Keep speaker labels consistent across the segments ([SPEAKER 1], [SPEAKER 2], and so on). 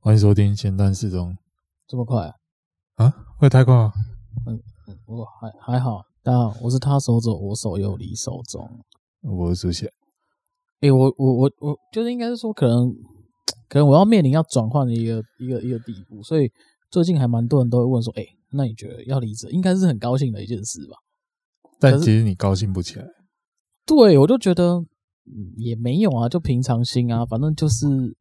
[SPEAKER 1] 欢迎收听咸蛋四中
[SPEAKER 2] 这么快啊、
[SPEAKER 1] 啊，会太快吗？
[SPEAKER 2] 嗯我还还好。大家好，我是他手肘，我手右，你手中。
[SPEAKER 1] 我是主席，
[SPEAKER 2] 诶、我我我我就是应该是说，可能可能我要面临要转换的一个一个一个地步，所以最近还蛮多人都会问说，诶、那你觉得要离职，应该是很高兴的一件事吧？
[SPEAKER 1] 但
[SPEAKER 2] 可是
[SPEAKER 1] 其实你高兴不起来，
[SPEAKER 2] 对，我就觉得、嗯、也没有啊，就平常心啊，反正就是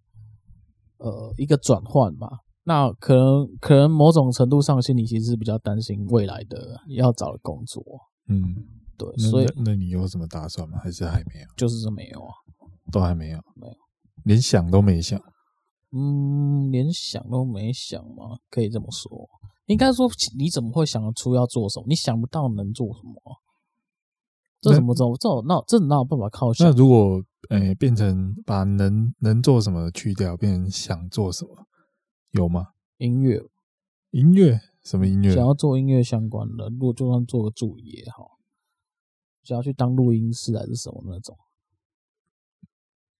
[SPEAKER 2] 呃一个转换嘛。那可能可能某种程度上，心里其实是比较担心未来的要找的工作，
[SPEAKER 1] 嗯，
[SPEAKER 2] 对，
[SPEAKER 1] 那
[SPEAKER 2] 所以
[SPEAKER 1] 那那你有什么打算吗？还是还没有？
[SPEAKER 2] 就是没有啊。
[SPEAKER 1] 都还没有，
[SPEAKER 2] 没有，
[SPEAKER 1] 连想都没想。
[SPEAKER 2] 嗯，连想都没想吗？可以这么说，应该说你怎么会想得出要做什么？你想不到能做什么啊、这
[SPEAKER 1] 那
[SPEAKER 2] 怎么怎么这种那这哪有办法靠
[SPEAKER 1] 那
[SPEAKER 2] 想？
[SPEAKER 1] 如果诶、呃变成把能能做什么去掉，变成想做什么，有吗？
[SPEAKER 2] 音乐
[SPEAKER 1] 音乐什么音乐？
[SPEAKER 2] 想要做音乐相关的，如果就算做个助理也好，想要去当录音师还是什么那种，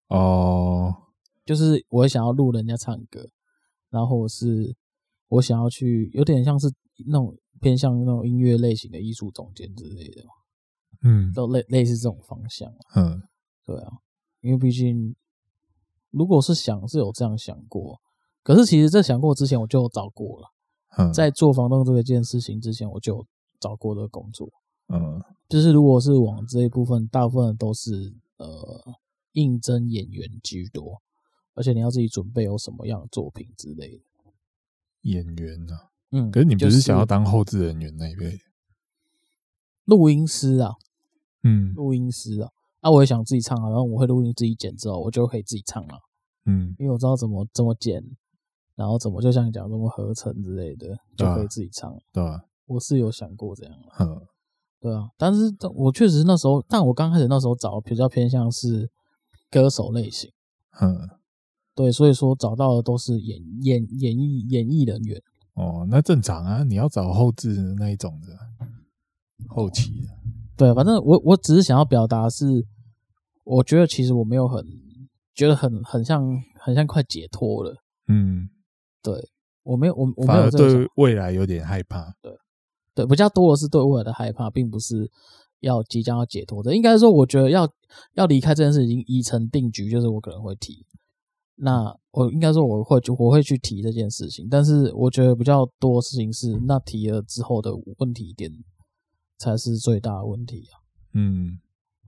[SPEAKER 1] 哦，
[SPEAKER 2] 就是我想要录人家唱歌，然后或者是我想要去有点像是那种偏向那种音乐类型的艺术总监之类的嘛，
[SPEAKER 1] 嗯
[SPEAKER 2] 都类类似这种方向。
[SPEAKER 1] 嗯，
[SPEAKER 2] 对啊，因为毕竟如果是想是有这样想过，可是其实在想过之前我就有找过了，
[SPEAKER 1] 嗯，
[SPEAKER 2] 在做房东这一件事情之前我就有找过这个工作，
[SPEAKER 1] 嗯
[SPEAKER 2] 就是如果是往这一部分，大部分都是呃应征演员居多，而且你要自己准备有什么样的作品之类的。
[SPEAKER 1] 演员呢、啊？
[SPEAKER 2] 嗯，
[SPEAKER 1] 可是你不
[SPEAKER 2] 就是
[SPEAKER 1] 想要当后置人员那一类？
[SPEAKER 2] 录音师啊，
[SPEAKER 1] 嗯
[SPEAKER 2] 录音师啊，啊，我也想自己唱啊，然后我会录音自己剪之后，我就可以自己唱啊了、
[SPEAKER 1] 嗯，
[SPEAKER 2] 因为我知道怎么怎么剪，然后怎么就像你讲怎么合成之类的，就
[SPEAKER 1] 对啊
[SPEAKER 2] 可以自己唱。
[SPEAKER 1] 对吧？
[SPEAKER 2] 我是有想过这样的，
[SPEAKER 1] 嗯
[SPEAKER 2] 对啊。但是我确实那时候，但我刚开始那时候找比较偏向是歌手类型，
[SPEAKER 1] 嗯。
[SPEAKER 2] 对，所以说找到的都是演演演艺演艺人员。
[SPEAKER 1] 哦，那正常啊，你要找后置的那一种的，后期的，
[SPEAKER 2] 对，反正我我只是想要表达是，我觉得其实我没有很觉得很很像很像快解脱了，
[SPEAKER 1] 嗯，
[SPEAKER 2] 对我没有我我没
[SPEAKER 1] 反
[SPEAKER 2] 有
[SPEAKER 1] 而
[SPEAKER 2] 这个想
[SPEAKER 1] 对未来有点害怕，
[SPEAKER 2] 对，比较多的是对未来的害怕，并不是要即将要解脱的。应该说，我觉得要要离开这件事已经已成定局，就是我可能会提。那我应该说我会就我会去提这件事情，但是我觉得比较多的事情是，那提了之后的问题点才是最大的问题啊。
[SPEAKER 1] 嗯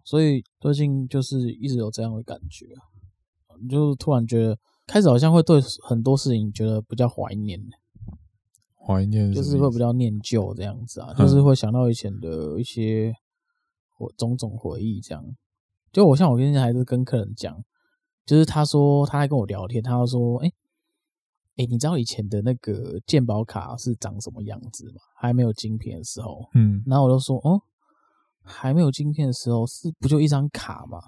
[SPEAKER 2] 所以最近就是一直有这样的感觉啊，你就突然觉得开始好像会对很多事情觉得比较怀念。啊
[SPEAKER 1] 怀念
[SPEAKER 2] 就
[SPEAKER 1] 什
[SPEAKER 2] 是
[SPEAKER 1] 么
[SPEAKER 2] 会
[SPEAKER 1] 意思
[SPEAKER 2] 比较念旧这样子啊，
[SPEAKER 1] 嗯
[SPEAKER 2] 就是会想到以前的一些我种种回忆这样。就我像我今天还是跟客人讲，就是他说他还跟我聊天，他就说，哎、哎、你知道以前的那个鉴宝卡是长什么样子吗？还没有晶片的时候，
[SPEAKER 1] 嗯
[SPEAKER 2] 然后我就说，哦，还没有晶片的时候是不就一张卡嘛，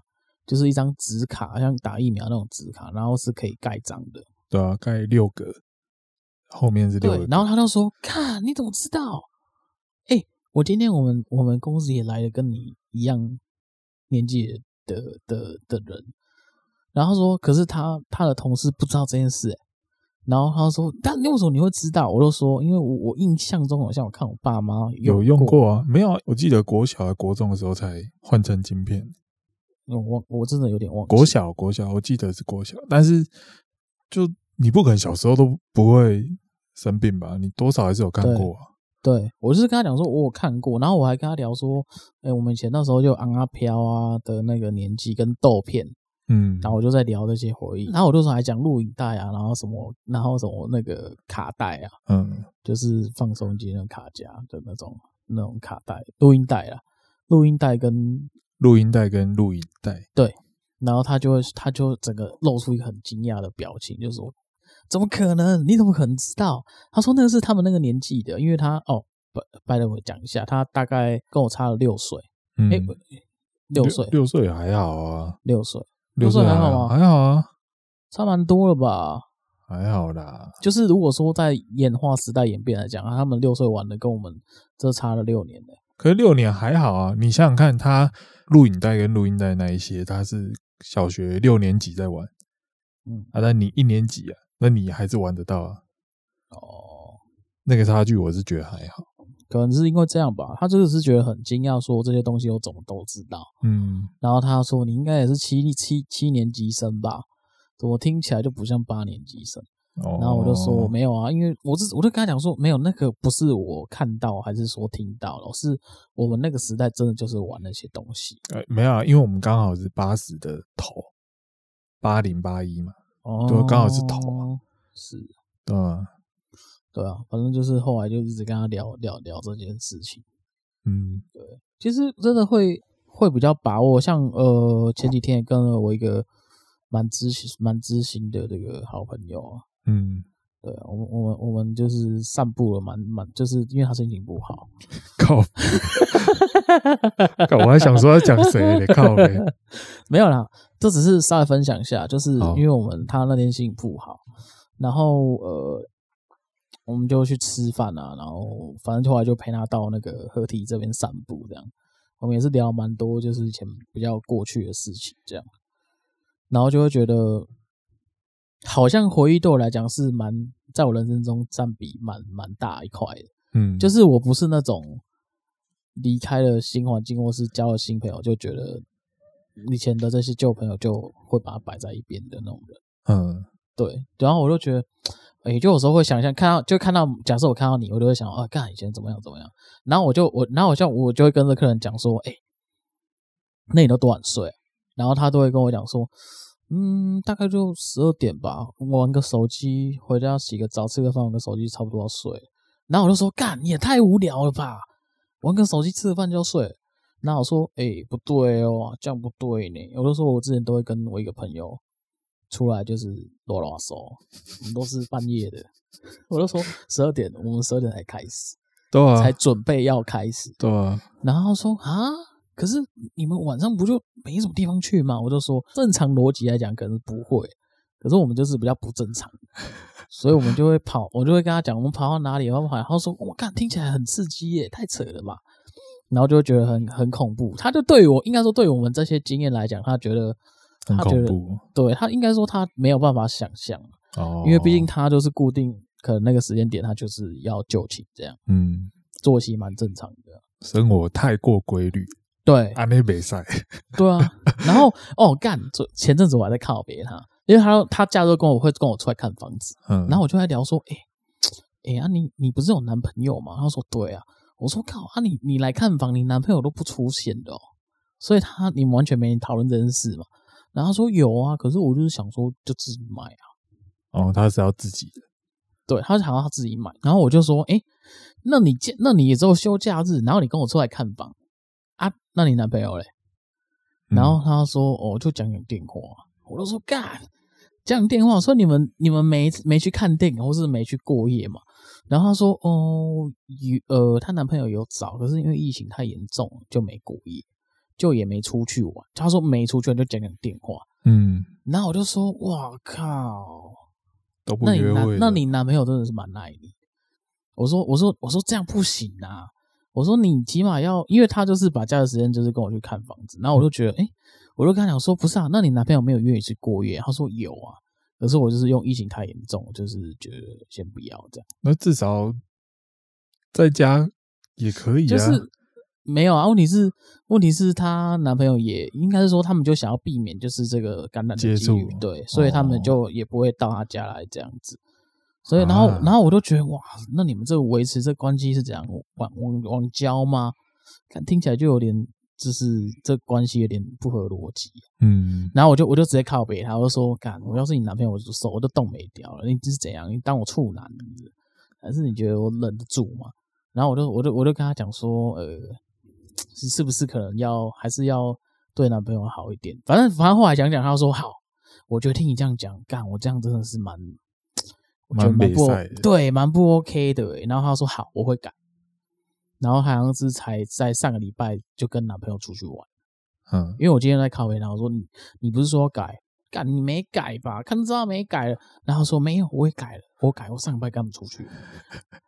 [SPEAKER 2] 就是一张纸卡，像打疫苗那种纸卡，然后是可以盖章的。
[SPEAKER 1] 对啊，盖六个，后面是六
[SPEAKER 2] 对
[SPEAKER 1] 个，，
[SPEAKER 2] 然后他就说：“看，你怎么知道？哎、我今天我们我们公司也来了跟你一样年纪的的的人。”然后他说：“可是他他的同事不知道这件事、欸。”然后他说：“但你为什么你会知道？”我就说：“因为我我印象中好像我看我爸妈
[SPEAKER 1] 有用
[SPEAKER 2] 用过，
[SPEAKER 1] 过啊？没有啊，我记得国小还国中的时候才换成晶片，
[SPEAKER 2] 我忘我真的有点忘记
[SPEAKER 1] 国小国小我记得是国小，但是就你不可能小时候都不会生病吧？你多少还是有看
[SPEAKER 2] 对
[SPEAKER 1] 过啊，
[SPEAKER 2] 对我就是跟他讲说，我有看过，然后我还跟他聊说，哎、我们以前那时候就昂啊飘啊的那个年纪跟豆片，
[SPEAKER 1] 嗯，
[SPEAKER 2] 然后我就在聊这些回忆，然后我就说还讲录影带啊，然后什么，然后什么那个卡带啊，
[SPEAKER 1] 嗯
[SPEAKER 2] 就是放松机那种卡夹的那种那种卡带，录音带啊，录音带跟，
[SPEAKER 1] 录音带跟录影带，
[SPEAKER 2] 然后他就会他就整个露出一个很惊讶的表情，就说怎么可能？你怎么可能知道？他说那个是他们那个年纪的，因为他哦，拜拜了我讲一下，他大概跟我差了六岁，
[SPEAKER 1] 嗯，
[SPEAKER 2] 哎、六岁
[SPEAKER 1] 六岁还好啊，
[SPEAKER 2] 六岁
[SPEAKER 1] 六岁
[SPEAKER 2] 岁还
[SPEAKER 1] 还
[SPEAKER 2] 好吗
[SPEAKER 1] 还好啊，
[SPEAKER 2] 差蛮多了吧？
[SPEAKER 1] 还好啦。
[SPEAKER 2] 就是如果说在演化时代演变来讲，啊他们六岁玩的跟我们这差了六年呢、
[SPEAKER 1] 可是六年还好啊，你想想看，他录影带跟录音带那一些，他是小学六年级在玩
[SPEAKER 2] 嗯，
[SPEAKER 1] 啊，但你一年级啊，那你还是玩得到啊。
[SPEAKER 2] 哦，
[SPEAKER 1] 那个差距我是觉得还好。
[SPEAKER 2] 可能是因为这样吧，他就是觉得很惊讶，说这些东西我怎么都知道。
[SPEAKER 1] 嗯，
[SPEAKER 2] 然后他说你应该也是七七七年级生吧？怎么听起来就不像八年级生？
[SPEAKER 1] 哦，
[SPEAKER 2] 然后我就说我没有啊，因为我是我就跟他讲说没有，那个不是我看到还是说听到了，是我们那个时代真的就是玩那些东西。
[SPEAKER 1] 呃没有啊，因为我们刚好是八十的头，八零八一嘛，
[SPEAKER 2] 哦，
[SPEAKER 1] 对刚好是头啊，
[SPEAKER 2] 是，
[SPEAKER 1] 对吧？
[SPEAKER 2] 对啊，反正就是后来就一直跟他聊聊聊这件事情。
[SPEAKER 1] 嗯，
[SPEAKER 2] 其实真的会会比较把握，像呃前几天也跟了我一个蛮知蛮知心的这个好朋友啊，
[SPEAKER 1] 嗯，
[SPEAKER 2] 对啊我们我们我们就是散步了蛮蛮，就是因为他心情不好，
[SPEAKER 1] 靠， 靠，我还想说要讲谁嘞？靠嘞，
[SPEAKER 2] 没有啦，这只是稍微分享一下，就是
[SPEAKER 1] 好
[SPEAKER 2] 因为我们他那天心情不好，然后呃，我们就去吃饭啊，然后反正后来就陪他到那个合体这边散步，这样我们也是聊蛮多，就是以前比较过去的事情这样，然后就会觉得好像回忆对我来讲是蛮在我人生中占比蛮蛮大一块的。
[SPEAKER 1] 嗯，
[SPEAKER 2] 就是我不是那种离开了新环境或是交了新朋友就觉得以前的这些旧朋友就会把它摆在一边的那种人。
[SPEAKER 1] 嗯，
[SPEAKER 2] 对，然后我就觉得，哎、就有时候会想象看到，就看到，假设我看到你，我就会想，啊，干以前怎么样怎么样。然后我就我，然后我像我就会跟着客人讲说，哎、那你都多晚睡啊、然后他都会跟我讲说，嗯，大概就十二点吧，玩个手机，回家洗个澡，吃个饭，玩个手机，差不多要睡了。然后我就说，干你也太无聊了吧，玩个手机，吃个饭就要睡了。然后我说，哎、不对哦，这样不对呢。我就说我之前都会跟我一个朋友出来，就是啰啰嗦，我们都是半夜的。我就说十二点，我们十二点才开始，
[SPEAKER 1] 对啊
[SPEAKER 2] 才，准备要开始。
[SPEAKER 1] 对啊，
[SPEAKER 2] 然后他说啊，可是你们晚上不就没什么地方去吗？我就说正常逻辑来讲可能不会，可是我们就是比较不正常，所以我们就会跑，我就会跟他讲我们跑到哪里，然后跑，然后说我看听起来很刺激耶，太扯了吧，然后就会觉得很很恐怖。他就对于我应该说对于我们这些经验来讲，他觉得
[SPEAKER 1] 很
[SPEAKER 2] 他觉
[SPEAKER 1] 恐
[SPEAKER 2] 得
[SPEAKER 1] 怖
[SPEAKER 2] 对他应该说他没有办法想象，
[SPEAKER 1] 哦，
[SPEAKER 2] 因为毕竟，他就是固定。可能那个时间点，他就是要就寝，这样
[SPEAKER 1] 嗯，
[SPEAKER 2] 作息蛮正常的。
[SPEAKER 1] 生活太过规律，
[SPEAKER 2] 对，
[SPEAKER 1] 安内比赛，
[SPEAKER 2] 对啊，然后哦干，昨前阵子我还在靠别他，因为他他假日跟我会跟我出来看房子，
[SPEAKER 1] 嗯，
[SPEAKER 2] 然后我就在聊说，哎、诶哎、啊你你不是有男朋友吗？他说对啊，我说靠啊你你来看房，你男朋友都不出现的哦，所以他你们完全没讨论这件事嘛。然后他说有啊，可是我就是想说就自己买啊，
[SPEAKER 1] 哦，他是要自己的，
[SPEAKER 2] 对，他想要他自己买，然后我就说，哎、那你见那你也只有休假日，然后你跟我出来看房啊，那你男朋友嘞？
[SPEAKER 1] 嗯
[SPEAKER 2] 然后他说：“哦，就讲讲电话。”我就说：“干，讲电话。”说你们你们没没去看电影，或是没去过夜嘛？然后他说：“哦，有呃，她男朋友有找，可是因为疫情太严重了，就没过夜，就也没出去玩。”他说：“没出去玩就讲讲电话。
[SPEAKER 1] 嗯，”
[SPEAKER 2] 然后我就说：“哇靠，
[SPEAKER 1] 都不
[SPEAKER 2] 那你
[SPEAKER 1] 约会
[SPEAKER 2] 男
[SPEAKER 1] 的，
[SPEAKER 2] 那你男朋友真的是蛮爱你。”我说：“我说我说这样不行啊！我说你起码要，因为他就是把假的时间就是跟我去看房子，然后我就觉得，
[SPEAKER 1] 嗯
[SPEAKER 2] 哎、我就跟他讲说，不是啊，那你男朋友没有约你去过夜？他说有啊，可是我就是用疫情太严重，我就是觉得先不要这样，
[SPEAKER 1] 那至少在家也可以啊，
[SPEAKER 2] 就是没有啊。问题是，问题是她男朋友也应该是说，他们就想要避免就是这个感染的
[SPEAKER 1] 接
[SPEAKER 2] 几率
[SPEAKER 1] 触
[SPEAKER 2] 对，所以他们
[SPEAKER 1] 哦
[SPEAKER 2] 就也不会到他家来这样子。所以，然后，
[SPEAKER 1] 啊
[SPEAKER 2] 然后我就觉得哇，那你们这个维持这关系是怎样网网网交吗？看听起来就有点，就是这关系有点不合逻辑。
[SPEAKER 1] 嗯，
[SPEAKER 2] 然后我就我就直接靠北他，我就说：“干，我要是你男朋友，我就手我都冻没掉了。你这是怎样？你当我处男是不是还是你觉得我忍得住吗？”然后我就我就我就跟他讲说：“呃，是是不是可能要还是要对男朋友好一点？反正反正后来讲讲，他说好，我觉得听你这样讲，干我这样真的是蛮，我觉得
[SPEAKER 1] 蛮
[SPEAKER 2] 蛮
[SPEAKER 1] 美
[SPEAKER 2] 不
[SPEAKER 1] 赛的，
[SPEAKER 2] 对，蛮不 OK 的欸。”然后他说：“好，我会改。”然后好像是才在上个礼拜就跟男朋友出去玩。
[SPEAKER 1] 嗯，
[SPEAKER 2] 因为我今天在靠北他，我说你你不是说要改，干你没改吧？看知道没改了，然后说没有，我也改了，我改，我上礼拜跟他们出去，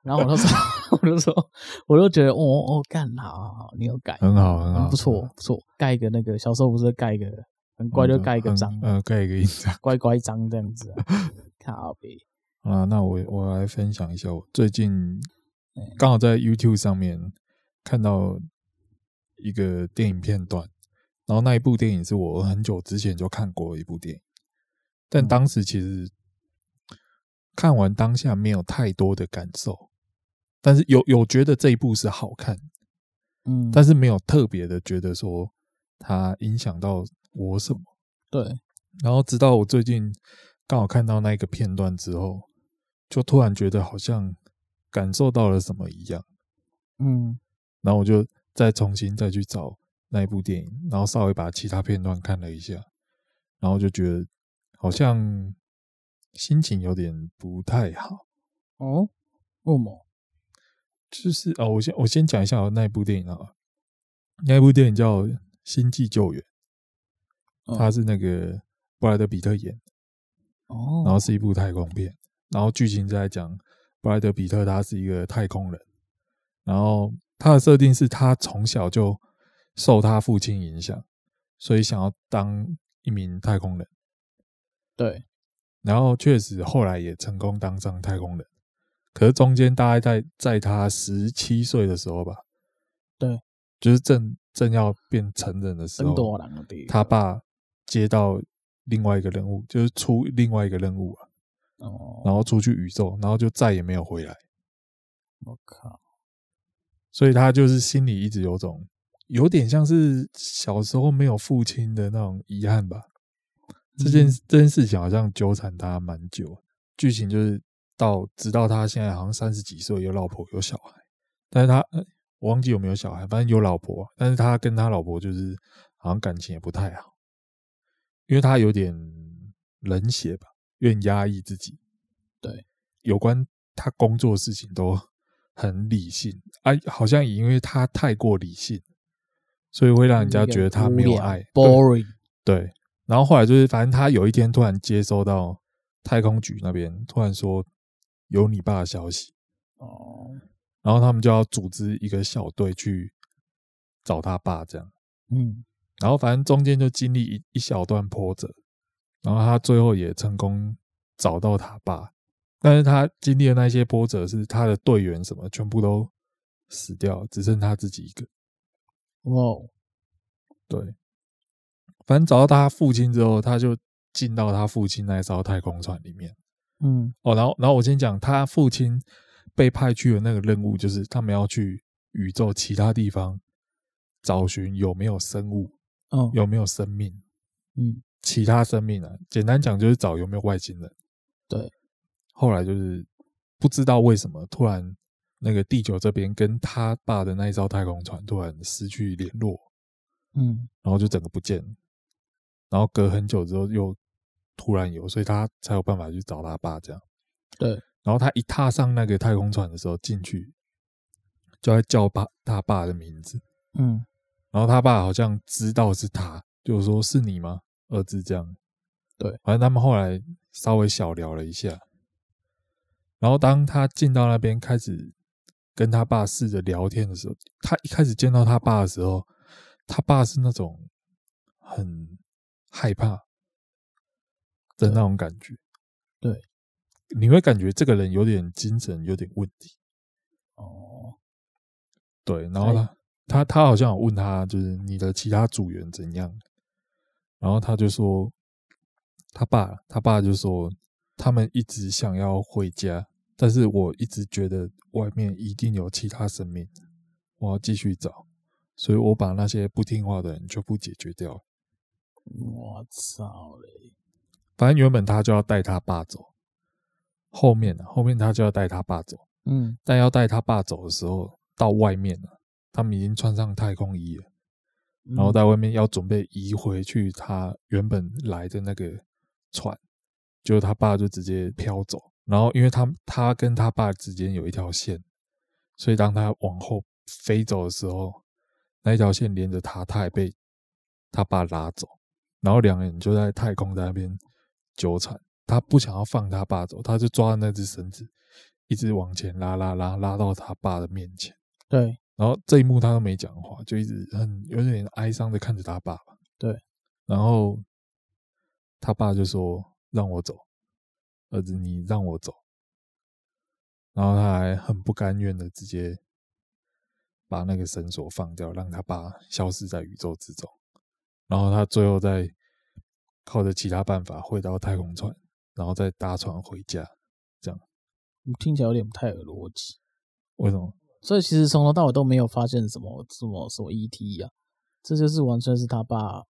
[SPEAKER 2] 然后我就说， 我就说，我就觉得哦哦，干好好好，你有改，
[SPEAKER 1] 很好，很好，
[SPEAKER 2] 嗯不错不错，盖一个那个小
[SPEAKER 1] 嗯
[SPEAKER 2] 时候不是盖一个很乖就盖一个章，
[SPEAKER 1] 嗯，呃盖一个印章，
[SPEAKER 2] 乖乖章这样子啊、靠北，
[SPEAKER 1] 好啦，那我我来分享一下，我最近
[SPEAKER 2] 哎
[SPEAKER 1] 刚好在 YouTube 上面看到一个电影片段，然后那一部电影是我很久之前就看过的一部电影，但
[SPEAKER 2] 嗯
[SPEAKER 1] 当时其实看完当下没有太多的感受，但是有有觉得这一部是好看，
[SPEAKER 2] 嗯，
[SPEAKER 1] 但是没有特别的觉得说它影响到我什么。
[SPEAKER 2] 对，
[SPEAKER 1] 然后直到我最近刚好看到那一个片段之后，就突然觉得好像感受到了什么一样，
[SPEAKER 2] 嗯
[SPEAKER 1] 然后我就再重新再去找那一部电影，然后稍微把其他片段看了一下，然后就觉得好像心情有点不太好。
[SPEAKER 2] 哦，恶魔，
[SPEAKER 1] 就是哦，我先我先讲一下那一部电影啊，那一部电影叫《星际救援》，
[SPEAKER 2] 嗯
[SPEAKER 1] 它是那个布莱德比特演的
[SPEAKER 2] 哦，
[SPEAKER 1] 然后是一部太空片，然后剧情是在讲布莱德比特他是一个太空人，然后他的设定是他从小就受他父亲影响，所以想要当一名太空人，
[SPEAKER 2] 对，
[SPEAKER 1] 然后确实后来也成功当上太空人，可是中间大概在在他十七岁的时候吧，
[SPEAKER 2] 对，
[SPEAKER 1] 就是正正要变成人的时
[SPEAKER 2] 真多啊
[SPEAKER 1] 候，
[SPEAKER 2] 人的地
[SPEAKER 1] 他爸接到另外一个任务，就是出另外一个任务啊。
[SPEAKER 2] 哦，
[SPEAKER 1] 然后出去宇宙，然后就再也没有回来，
[SPEAKER 2] 我靠，
[SPEAKER 1] 所以他就是心里一直有种有点像是小时候没有父亲的那种遗憾吧。这件、这件事情好像纠缠他蛮久，剧情就是到直到他现在好像三十几岁，有老婆有小孩，但是他呃我忘记有没有小孩，反正有老婆，啊但是他跟他老婆就是好像感情也不太好，因为他有点冷血吧，有点压抑自己，
[SPEAKER 2] 对，
[SPEAKER 1] 有关他工作的事情都很理性，啊，好像也因为他太过理性，所以会让人
[SPEAKER 2] 嗯
[SPEAKER 1] 家觉得他没有爱，对
[SPEAKER 2] ，boring，
[SPEAKER 1] 对，然后后来就是，反正他有一天突然接收到太空局那边突然说有你爸的消息，
[SPEAKER 2] 哦，
[SPEAKER 1] 然后他们就要组织一个小队去找他爸这样。
[SPEAKER 2] 嗯，
[SPEAKER 1] 然后反正中间就经历一一小段波折，然后他最后也成功找到他爸，但是他经历的那些波折是他的队员什么全部都死掉，只剩他自己一个。
[SPEAKER 2] 哇哦，
[SPEAKER 1] 对，反正找到他父亲之后，他就进到他父亲那一艘太空船里面。
[SPEAKER 2] 嗯，
[SPEAKER 1] 哦，然后然后我先讲他父亲被派去的那个任务，就是他们要去宇宙其他地方找寻有没有生物，
[SPEAKER 2] 哦，
[SPEAKER 1] 有没有生命，
[SPEAKER 2] 嗯，
[SPEAKER 1] 其他生命啊。简单讲就是找有没有外星人。
[SPEAKER 2] 对，
[SPEAKER 1] 后来就是不知道为什么突然那个地球这边跟他爸的那一艘太空船突然失去联络，
[SPEAKER 2] 嗯，
[SPEAKER 1] 然后就整个不见了。然后隔很久之后又突然有，所以他才有办法去找他爸这样。
[SPEAKER 2] 对，
[SPEAKER 1] 然后他一踏上那个太空船的时候进去，就在叫爸他爸的名字，
[SPEAKER 2] 嗯，
[SPEAKER 1] 然后他爸好像知道是他，就说是你吗，儿子这样。
[SPEAKER 2] 对，
[SPEAKER 1] 反正他们后来稍微小聊了一下，然后当他进到那边开始跟他爸试着聊天的时候，他一开始见到他爸的时候，他爸是那种很害怕的
[SPEAKER 2] 对
[SPEAKER 1] 那种感觉。
[SPEAKER 2] 对，
[SPEAKER 1] 你会感觉这个人有点精神有点问题。
[SPEAKER 2] 哦，
[SPEAKER 1] 对，然后
[SPEAKER 2] 哎
[SPEAKER 1] 他他他好像有问他，就是你的其他组员怎样，然后他就说，他爸他爸就说，他们一直想要回家，但是我一直觉得外面一定有其他生命，我要继续找，所以我把那些不听话的人全部解决掉。
[SPEAKER 2] 我操嘞，
[SPEAKER 1] 反正原本他就要带他爸走，后面呢、后面他就要带他爸走，
[SPEAKER 2] 嗯，
[SPEAKER 1] 但要带他爸走的时候，到外面了、他们已经穿上太空衣了。然后
[SPEAKER 2] 到
[SPEAKER 1] 在外面要准备移回去他原本来的那个船，就他爸就直接飘走。然后因为他他跟他爸之间有一条线，所以当他往后飞走的时候，那一条线连着他，他也被他爸拉走。然后两人就在太空在那边纠缠，他不想要放他爸走，他就抓着那只绳子，一直往前拉拉拉拉到他爸的面前。
[SPEAKER 2] 对，
[SPEAKER 1] 然后这一幕他都没讲话，就一直很有点哀伤的看着他爸爸。
[SPEAKER 2] 对，
[SPEAKER 1] 然后他爸就说：“让我走。”儿子，你让我走。”然后他还很不甘愿的直接把那个绳索放掉，让他爸消失在宇宙之中。然后他最后再靠着其他办法回到太空船，然后再搭船回家。
[SPEAKER 2] 听起来有点不太有逻辑。
[SPEAKER 1] 为什么？
[SPEAKER 2] 所以其实从头到尾都没有发现什么什么什么 ET 啊，这就是完全是他爸。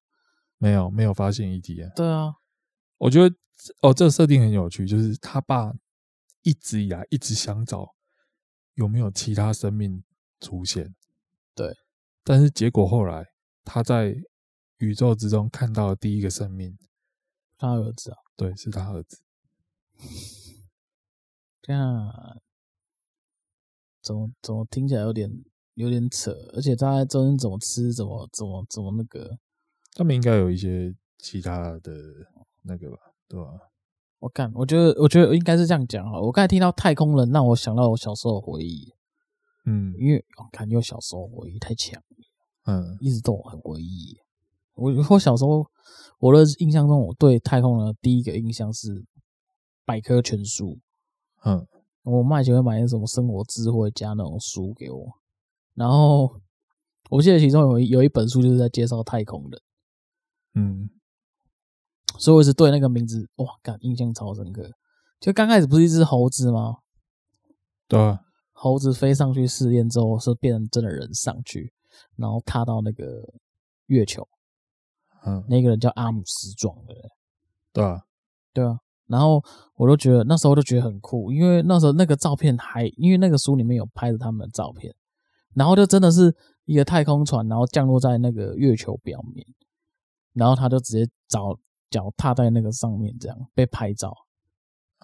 [SPEAKER 1] 没有没有发现 ET 啊？
[SPEAKER 2] 对啊，
[SPEAKER 1] 我觉得这哦，这个设定很有趣，就是他爸一直以来一直想找有没有其他生命出现，
[SPEAKER 2] 对，
[SPEAKER 1] 但是结果后来他在宇宙之中看到的第一个生命，
[SPEAKER 2] 他儿子啊，
[SPEAKER 1] 对，是他儿子。
[SPEAKER 2] 这样怎么怎么听起来有点有点扯，而且他在中间怎么吃，怎么怎么怎么那个，
[SPEAKER 1] 他们应该有一些其他的那个吧，对吧？
[SPEAKER 2] 我看，我觉得我觉得应该是这样讲啊哈。我刚才听到太空人，让我想到我小时候的回忆，
[SPEAKER 1] 嗯
[SPEAKER 2] 因为我看有小时候回忆太强，
[SPEAKER 1] 嗯，
[SPEAKER 2] 一直都很回忆。我我小时候我的印象中，我对太空人的第一个印象是百科全书，
[SPEAKER 1] 嗯，
[SPEAKER 2] 我妈以前会买那什么生活智慧家那种书给我，然后我记得其中有一有一本书就是在介绍太空人，
[SPEAKER 1] 嗯，
[SPEAKER 2] 所以我一直对那个名字哇，感印象超深刻。就刚开始不是一只猴子吗？
[SPEAKER 1] 对啊，
[SPEAKER 2] 猴子飞上去试验之后是变成真的人上去，然后踏到那个月球，
[SPEAKER 1] 嗯，
[SPEAKER 2] 那个人叫阿姆斯壮的人，
[SPEAKER 1] 对啊，
[SPEAKER 2] 对啊。然后我都觉得那时候就觉得很酷，因为那时候那个照片还因为那个书里面有拍着他们的照片，然后就真的是一个太空船，然后降落在那个月球表面，然后他就直接找脚踏在那个上面，这样被拍照。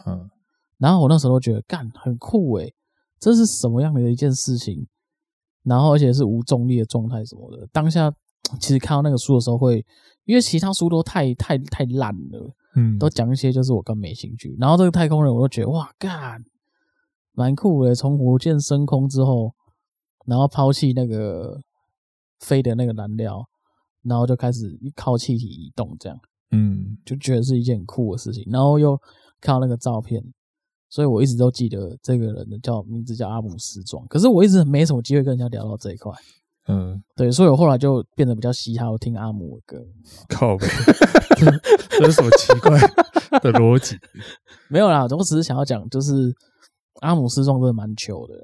[SPEAKER 1] 嗯，
[SPEAKER 2] 然后我那时候都觉得干很酷诶、这是什么样的一件事情？然后而且是无重力的状态什么的。当下其实看到那个书的时候会，因为其他书都太太太烂了，
[SPEAKER 1] 嗯，
[SPEAKER 2] 都讲一些就是我更没兴趣。然后这个太空人我都觉得哇干，蛮酷诶、从火箭升空之后，然后抛弃那个飞的那个燃料，然后就开始靠气体移动这样。
[SPEAKER 1] 嗯
[SPEAKER 2] 就觉得是一件很酷的事情，然后又看到那个照片，所以我一直都记得这个人的叫名字叫阿姆斯壮。可是我一直没什么机会跟人家聊到这一块，
[SPEAKER 1] 嗯，
[SPEAKER 2] 对，所以我后来就变得比较嘻哈，我听阿姆的歌。
[SPEAKER 1] 靠背， 这这是什么奇怪的逻辑？
[SPEAKER 2] 没有啦，我只是想要讲，就是阿姆斯壮真的蛮糗的，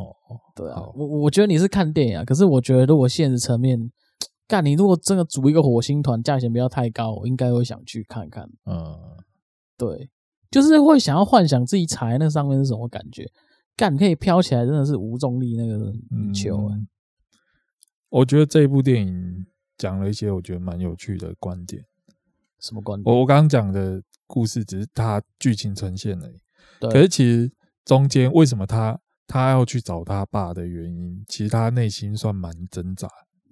[SPEAKER 1] 哦，
[SPEAKER 2] 对啊
[SPEAKER 1] 好，
[SPEAKER 2] 我我觉得你是看电影啊，可是我觉得如果现实层面，干你如果真的组一个火星团，价钱不要太高，我应该会想去看看。
[SPEAKER 1] 嗯。
[SPEAKER 2] 对，就是会想要幻想自己踩在那上面是什么感觉。干可以飘起来，真的是无重力那个球、欸。
[SPEAKER 1] 嗯我觉得这一部电影讲了一些我觉得蛮有趣的观点。
[SPEAKER 2] 什么观点？
[SPEAKER 1] 我我刚刚讲的故事只是它剧情呈现而已，
[SPEAKER 2] 对
[SPEAKER 1] 可是其实中间为什么他他要去找他爸的原因，其实他内心算蛮挣扎，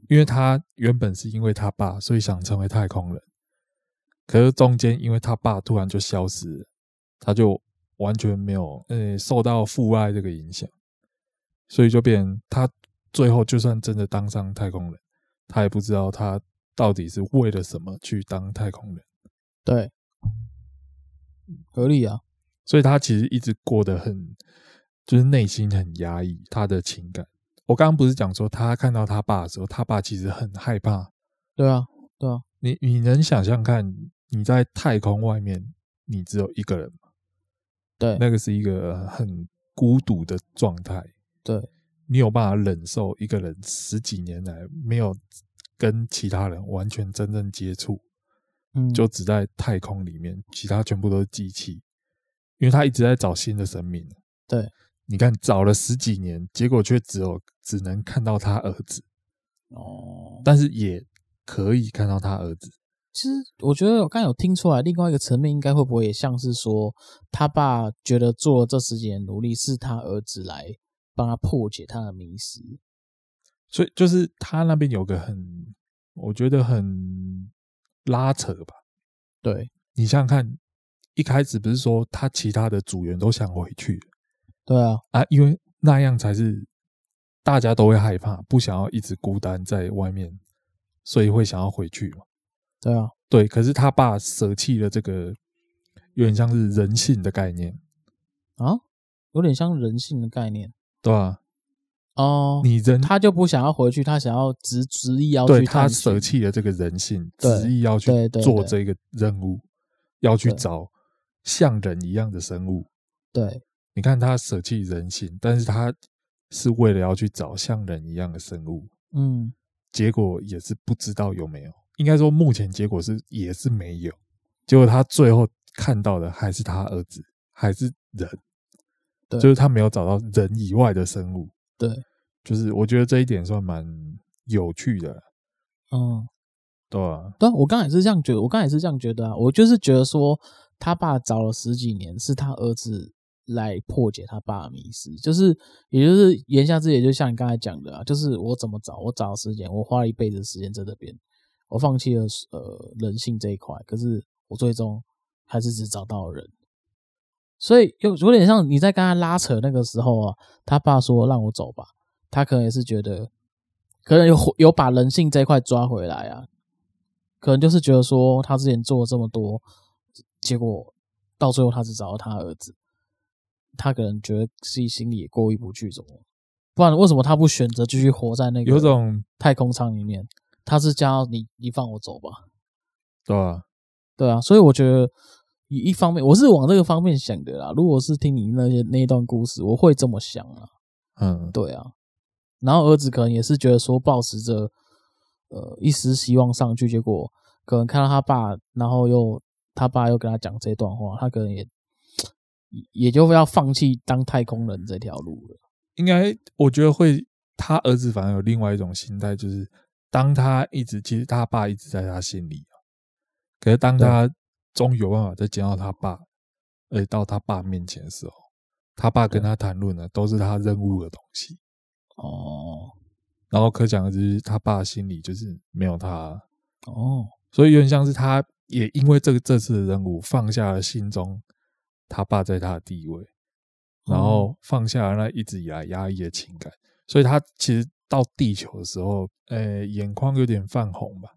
[SPEAKER 1] 因为他原本是因为他爸，所以想成为太空人，可是中间因为他爸突然就消失了，他就完全没有呃受到父爱这个影响，所以就变成他最后就算真的当上太空人，他也不知道他到底是为了什么去当太空人。
[SPEAKER 2] 对，合理啊。
[SPEAKER 1] 所以他其实一直过得很，就是内心很压抑他的情感。我刚刚不是讲说，他看到他爸的时候，他爸其实很害怕。
[SPEAKER 2] 对啊，对啊，
[SPEAKER 1] 你你能想象看，你在太空外面，你只有一个人吗？
[SPEAKER 2] 对，
[SPEAKER 1] 那个是一个很孤独的状态。
[SPEAKER 2] 对，
[SPEAKER 1] 你有办法忍受一个人十几年来没有跟其他人完全真正接触，
[SPEAKER 2] 嗯，
[SPEAKER 1] 就只在太空里面，其他全部都是机器，因为他一直在找新的生命。
[SPEAKER 2] 对，
[SPEAKER 1] 你看找了十几年，结果却只有只能看到他儿子，
[SPEAKER 2] 哦。
[SPEAKER 1] 但是也可以看到他儿子。
[SPEAKER 2] 其实我觉得我刚有听出来，另外一个层面应该会不会也像是说，他爸觉得做了这十几年努力，是他儿子来帮他破解他的迷失。
[SPEAKER 1] 所以就是他那边有个很，我觉得很拉扯吧。
[SPEAKER 2] 对，
[SPEAKER 1] 你想想看，一开始不是说他其他的组员都想回去
[SPEAKER 2] 对啊，
[SPEAKER 1] 啊，因为那样才是大家都会害怕，不想要一直孤单在外面，所以会想要回去嘛。
[SPEAKER 2] 对啊，
[SPEAKER 1] 对，可是他爸舍弃了这个有点像是人性的概念，
[SPEAKER 2] 啊，有点像人性的概念
[SPEAKER 1] 对吧、
[SPEAKER 2] 哦。
[SPEAKER 1] 你人
[SPEAKER 2] 啊他就不想要回去，他想要执执意要
[SPEAKER 1] 对
[SPEAKER 2] 去
[SPEAKER 1] 他
[SPEAKER 2] 探
[SPEAKER 1] 舍
[SPEAKER 2] 索。
[SPEAKER 1] 弃了这个人性，
[SPEAKER 2] 对
[SPEAKER 1] 执意要去
[SPEAKER 2] 对对
[SPEAKER 1] 做
[SPEAKER 2] 对
[SPEAKER 1] 这个任务，要去
[SPEAKER 2] 对
[SPEAKER 1] 找像人一样的生物。
[SPEAKER 2] 对
[SPEAKER 1] 你看他舍弃人性，但是他是为了要去找像人一样的生物，
[SPEAKER 2] 嗯，
[SPEAKER 1] 结果也是不知道有没有。应该说，目前结果是也是没有。结果他最后看到的还是他儿子，还是人，
[SPEAKER 2] 对
[SPEAKER 1] 就是他没有找到人以外的生物。
[SPEAKER 2] 对，
[SPEAKER 1] 就是我觉得这一点算蛮有趣的，
[SPEAKER 2] 嗯，
[SPEAKER 1] 对吧、
[SPEAKER 2] 对啊，我刚才也是这样觉得，我刚才也是这样觉得啊。我就是觉得说，他爸找了十几年，是他儿子来破解他爸的迷失，就是也就是言下之意，就像你刚才讲的啊，就是我怎么找，我找了十几年，我花了一辈子的时间在这边，我放弃了呃人性这一块，可是我最终还是只找到了人。所以有有点像你在跟他拉扯那个时候啊，他爸说让我走吧，他可能也是觉得，可能有有把人性这一块抓回来啊，可能就是觉得说他之前做了这么多，结果到最后他只找到他儿子，他可能觉得自己心里也过意不去，怎么？不然为什么他不选择继续活在那个
[SPEAKER 1] 有种
[SPEAKER 2] 太空舱里面？他是叫你你放我走吧，
[SPEAKER 1] 对吧、
[SPEAKER 2] 对啊，所以我觉得一一方面我是往这个方面想的啦。如果是听你那些那一段故事，我会这么想啊。
[SPEAKER 1] 嗯，
[SPEAKER 2] 对啊，然后儿子可能也是觉得说，抱持着呃一丝希望上去，结果可能看到他爸，然后又他爸又跟他讲这段话，他可能也也就要放弃当太空人这条路了。
[SPEAKER 1] 应该我觉得会，他儿子反而有另外一种心态，就是当他一直其实他爸一直在他心里啊，可是当他终于有办法再见到他爸，而且到他爸面前的时候，他爸跟他谈论的都是他任务的东西，
[SPEAKER 2] 哦
[SPEAKER 1] 然后可想而知，他爸心里就是没有他，
[SPEAKER 2] 哦，
[SPEAKER 1] 所以有点像是他也因为这个这次的任务放下了心中他爸在他的地位，然
[SPEAKER 2] 哦
[SPEAKER 1] 后放下了那一直以来压抑的情感，所以他其实到地球的时候，呃，眼眶有点泛红吧，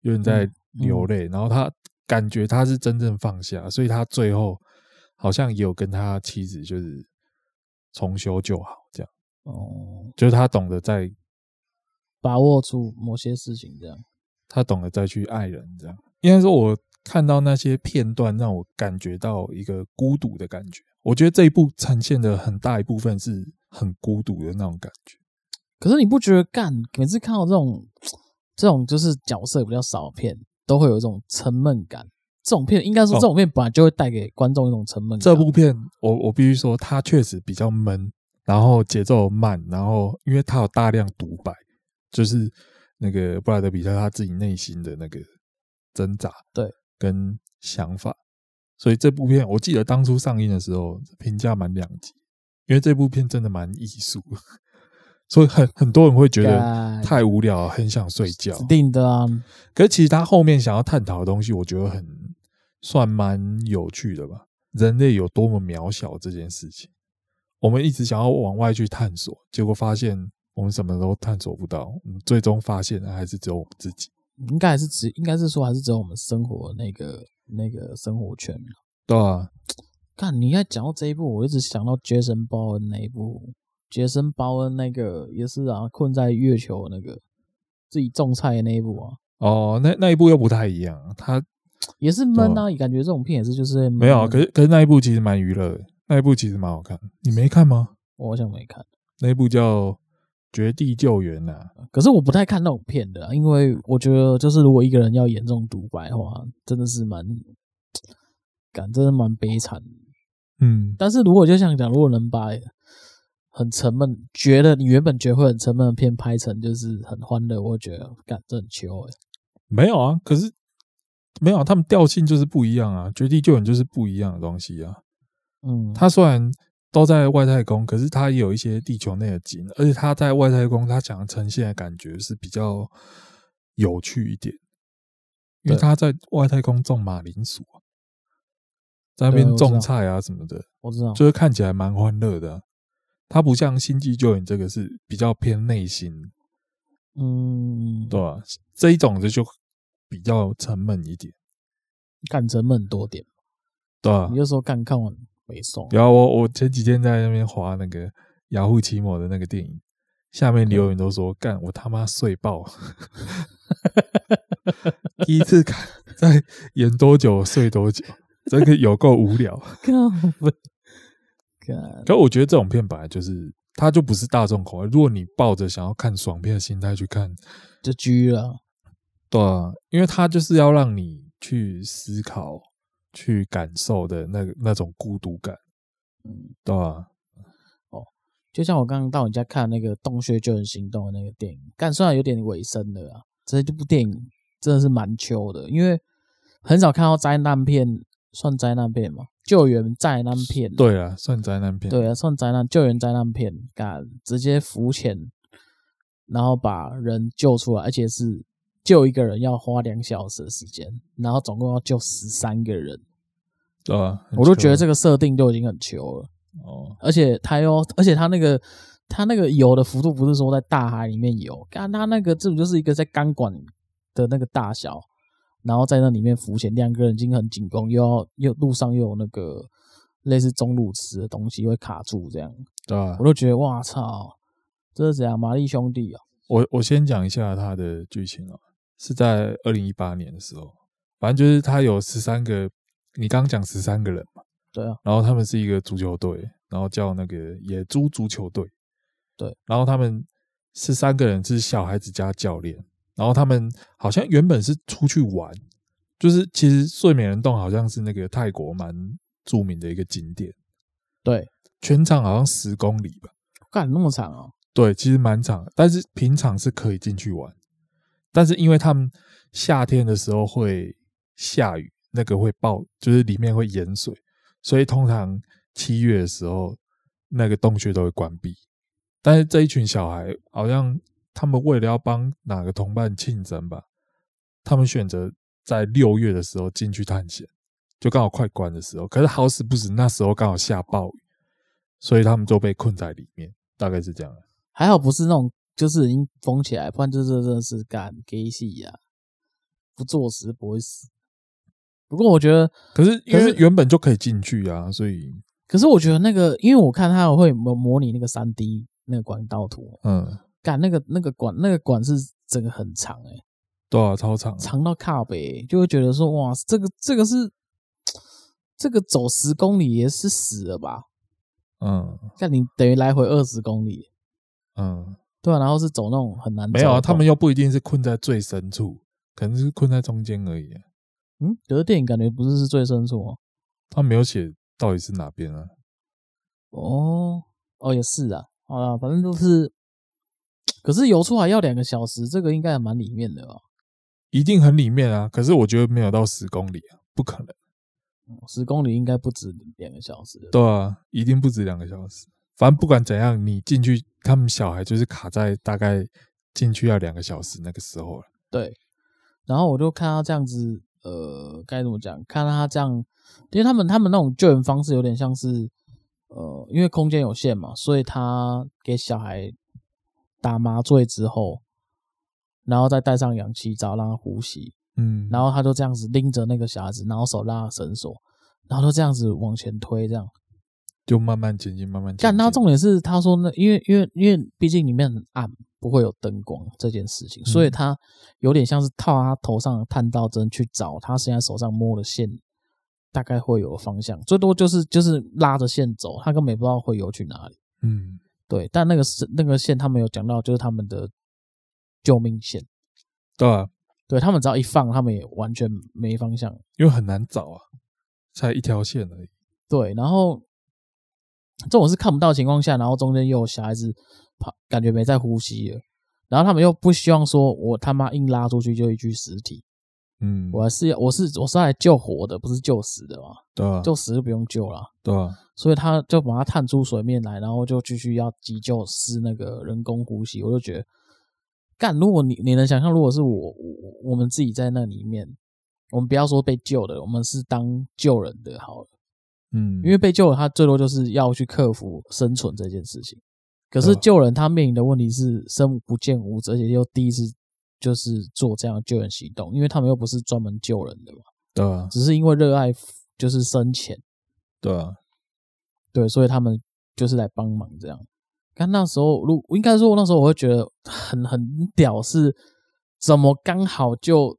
[SPEAKER 1] 有点在
[SPEAKER 2] 嗯
[SPEAKER 1] 流泪，然后他感觉他是真正放下，所以他最后好像也有跟他妻子就是重修旧好，这样
[SPEAKER 2] 哦，
[SPEAKER 1] 就是他懂得在
[SPEAKER 2] 把握住某些事情，这样。
[SPEAKER 1] 他懂得再去爱人，这样应该说，我看到那些片段，让我感觉到一个孤独的感觉。我觉得这一部呈现的很大一部分是很孤独的那种感觉。
[SPEAKER 2] 可是你不觉得干每次看到这种这种就是角色比较少的片，都会有一种沉闷感？这种片应该说
[SPEAKER 1] 哦
[SPEAKER 2] 这种片本来就会带给观众一种沉闷感。
[SPEAKER 1] 这部片我，我必须说，它确实比较闷，然后节奏慢，然后因为它有大量独白，就是那个布莱德比特他自己内心的那个挣扎，
[SPEAKER 2] 对，
[SPEAKER 1] 跟想法。所以这部片，我记得当初上映的时候评价蛮两极，因为这部片真的蛮艺术的， 所以很很多人会觉得
[SPEAKER 2] 干
[SPEAKER 1] 太无聊，很想睡觉。
[SPEAKER 2] 指定的啊，
[SPEAKER 1] 可是其实他后面想要探讨的东西，我觉得很算蛮有趣的吧。人类有多么渺小这件事情，我们一直想要往外去探索，结果发现我们什么都探索不到，我们最终发现的还是只有我们自己，
[SPEAKER 2] 应该还是只应该是说还是只有我们生活那个那个生活圈。
[SPEAKER 1] 对啊，
[SPEAKER 2] 看你要讲到这一部，我一直想到杰森鲍恩那一部，杰森鲍恩那个也是啊，困在月球那个自己种菜的那一部啊，
[SPEAKER 1] 哦，那那一部又不太一样，他
[SPEAKER 2] 也是闷啊，感觉这种片也是就是会闷
[SPEAKER 1] 哦没有啊，
[SPEAKER 2] 啊
[SPEAKER 1] 可是可是那一部其实蛮娱乐的，那一部其实蛮好看，你没看吗？
[SPEAKER 2] 我好像没看。
[SPEAKER 1] 那一部叫《绝地救援》啊，
[SPEAKER 2] 可是我不太看那种片的啊，因为我觉得就是如果一个人要严重独白的话，真的是蛮，感真的蛮悲惨的。
[SPEAKER 1] 嗯，
[SPEAKER 2] 但是如果就像讲，如果能把很沉闷，觉得你原本觉得会很沉闷的片拍成就是很欢乐，我会觉得感这很秋哎、
[SPEAKER 1] 没有啊，可是没有啊、他们调性就是不一样啊，《绝地救援》就是不一样的东西啊。
[SPEAKER 2] 嗯，
[SPEAKER 1] 它虽然都在外太空，可是它也有一些地球内的景，而且它在外太空，它想呈现的感觉是比较有趣一点，因为
[SPEAKER 2] 对
[SPEAKER 1] 它在外太空种马铃薯啊、在那边
[SPEAKER 2] 对我知道
[SPEAKER 1] 种菜啊什么的，
[SPEAKER 2] 我知道，
[SPEAKER 1] 就是看起来蛮欢乐的啊、它不像《星际救援》这个是比较偏内心，
[SPEAKER 2] 嗯，
[SPEAKER 1] 对吧、这一种的就比较沉闷一点。
[SPEAKER 2] 感沉闷多点。
[SPEAKER 1] 对啊
[SPEAKER 2] 你，就说干看完没送，啊
[SPEAKER 1] 然后我我前几天在那边划那个雅虎奇摩的那个电影，下面留言都说干我他妈睡爆， 第一次看在演多久睡多久，真的有够无聊。
[SPEAKER 2] 靠不，干
[SPEAKER 1] 可我觉得这种片本来就是它就不是大众口味，如果你抱着想要看爽片的心态去看，
[SPEAKER 2] 就狙了，
[SPEAKER 1] 对啊，因为它就是要让你去思考、去感受的那个那种孤独感，
[SPEAKER 2] 嗯，
[SPEAKER 1] 对啊，
[SPEAKER 2] 就像我刚刚到你家看那个《洞穴救人行动》的那个电影，干虽然有点尾声的啊，这这部电影真的是蛮秋的，因为很少看到灾难片，算灾难片嘛，救援灾难片，
[SPEAKER 1] 对啊，算灾难片，
[SPEAKER 2] 对啊，算灾难救援灾难片，干直接浮潜，然后把人救出来，而且是救一个人要花两小时的时间，然后总共要救十三个人，
[SPEAKER 1] 对啊，很
[SPEAKER 2] 我都觉得
[SPEAKER 1] 糗
[SPEAKER 2] 这个设定就已经很球了，
[SPEAKER 1] 哦，
[SPEAKER 2] 而且他又，而且他那个他那个游的幅度不是说在大海里面游，干他那个这种就是一个在钢管的那个大小，然后在那里面浮潜，两个人已经很紧绷，又要又路上又有那个类似中路池的东西会卡住这样。
[SPEAKER 1] 对啊
[SPEAKER 2] 我，都觉得哇操，这是怎样？玛丽兄弟啊，
[SPEAKER 1] 我我先讲一下它的剧情啊，是在二零一八年的时候，反正就是它有十三个，你刚讲十三个人嘛，
[SPEAKER 2] 对啊，
[SPEAKER 1] 然后他们是一个足球队，然后叫那个野猪足球队，
[SPEAKER 2] 对，
[SPEAKER 1] 然后他们十三个人是小孩子加教练，然后他们好像原本是出去玩，就是其实睡美人洞好像是那个泰国蛮著名的一个景点，
[SPEAKER 2] 对，
[SPEAKER 1] 全长好像十公里吧。
[SPEAKER 2] 干那么长哦、
[SPEAKER 1] 对，其实蛮长的，但是平常是可以进去玩，但是因为他们夏天的时候会下雨，那个会爆，就是里面会淹水，所以通常七月的时候那个洞穴都会关闭。但是这一群小孩好像他们为了要帮哪个同伴庆生吧，他们选择在六月的时候进去探险，就刚好快关的时候。可是好死不死，那时候刚好下暴雨，所以他们就被困在里面，大概是这样。
[SPEAKER 2] 还好不是那种就是已经封起来，不然这这真的是干 gay 戏呀、不作死不会死。不过我觉得，
[SPEAKER 1] 可是因
[SPEAKER 2] 可
[SPEAKER 1] 为
[SPEAKER 2] 是
[SPEAKER 1] 原本就可以进去啊，所以
[SPEAKER 2] 可是我觉得那个，因为我看他会模模拟那个三 D 那个管道图，
[SPEAKER 1] 嗯，
[SPEAKER 2] 干那个那个管那个管是整个很长诶、
[SPEAKER 1] 对啊，超长，
[SPEAKER 2] 长到靠北，就会觉得说哇，这个这个是这个走十公里也是死了吧？
[SPEAKER 1] 嗯
[SPEAKER 2] 干你等于来回二十公里，
[SPEAKER 1] 嗯，
[SPEAKER 2] 对啊，然后是走那种很难走的
[SPEAKER 1] 没有啊，他们
[SPEAKER 2] 洞
[SPEAKER 1] 又不一定是困在最深处，可能是困在中间而已啊、
[SPEAKER 2] 嗯，可是电影感觉不是是最深处哦，
[SPEAKER 1] 他没有写到底是哪边啊，
[SPEAKER 2] 哦哦也是啊，好啦，反正就是，可是游出来要两个小时，这个应该也蛮里面的吧，
[SPEAKER 1] 一定很里面啊，可是我觉得没有到十公里啊，不可能，
[SPEAKER 2] 十公里应该不止两个小时，
[SPEAKER 1] 对啊，一定不止两个小时，反正不管怎样，你进去，他们小孩就是卡在大概进去要两个小时那个时候了，
[SPEAKER 2] 对，然后我就看他这样子，呃，该怎么讲？看他这样，因为他们他们那种救援方式有点像是，呃，因为空间有限嘛，所以他给小孩打麻醉之后，然后再戴上氧气罩让他呼吸，
[SPEAKER 1] 嗯，
[SPEAKER 2] 然后他就这样子拎着那个小孩子，然后手拉着绳索，然后就这样子往前推，这样。
[SPEAKER 1] 就慢慢前进，慢慢前进，
[SPEAKER 2] 干，他重点是他说那，因为因为因为毕竟里面很暗，不会有灯光这件事情，所以他有点像是套他头上的探照灯去找他现在手上摸的线，大概会有方向，最多就是就是拉着线走，他根本也不知道会游去哪里。
[SPEAKER 1] 嗯，
[SPEAKER 2] 对，但那个是那个线他们有讲到，就是他们的救命线，
[SPEAKER 1] 对啊，
[SPEAKER 2] 对他们只要一放，他们也完全没方向。
[SPEAKER 1] 因为很难找啊，才一条线而已，
[SPEAKER 2] 对，然后这种是看不到的情况下，然后中间又有小孩子跑，感觉没在呼吸了，然后他们又不希望说我他妈硬拉出去就一具尸体，
[SPEAKER 1] 嗯，
[SPEAKER 2] 我还是要我是我是来救活的，不是救死的嘛，
[SPEAKER 1] 对啊，
[SPEAKER 2] 救死就不用救了，
[SPEAKER 1] 对啊，
[SPEAKER 2] 所以他就把他探出水面来，然后就继续要急救施那个人工呼吸，我就觉得。干！如果你你能想象，如果是我我我们自己在那里面，我们不要说被救的，我们是当救人的好了。
[SPEAKER 1] 嗯，
[SPEAKER 2] 因为被救了，他最多就是要去克服生存这件事情。可
[SPEAKER 1] 对
[SPEAKER 2] 是
[SPEAKER 1] 啊
[SPEAKER 2] 救人他面临的问题是生不见五指，而且又第一次就是做这样的救援行动，因为他们又不是专门救人的嘛，
[SPEAKER 1] 对啊，
[SPEAKER 2] 只是因为热爱就是生前，
[SPEAKER 1] 对啊，
[SPEAKER 2] 对，所以他们就是来帮忙这样。但那时候，如应该说，那时候我会觉得很很屌，是怎么刚好就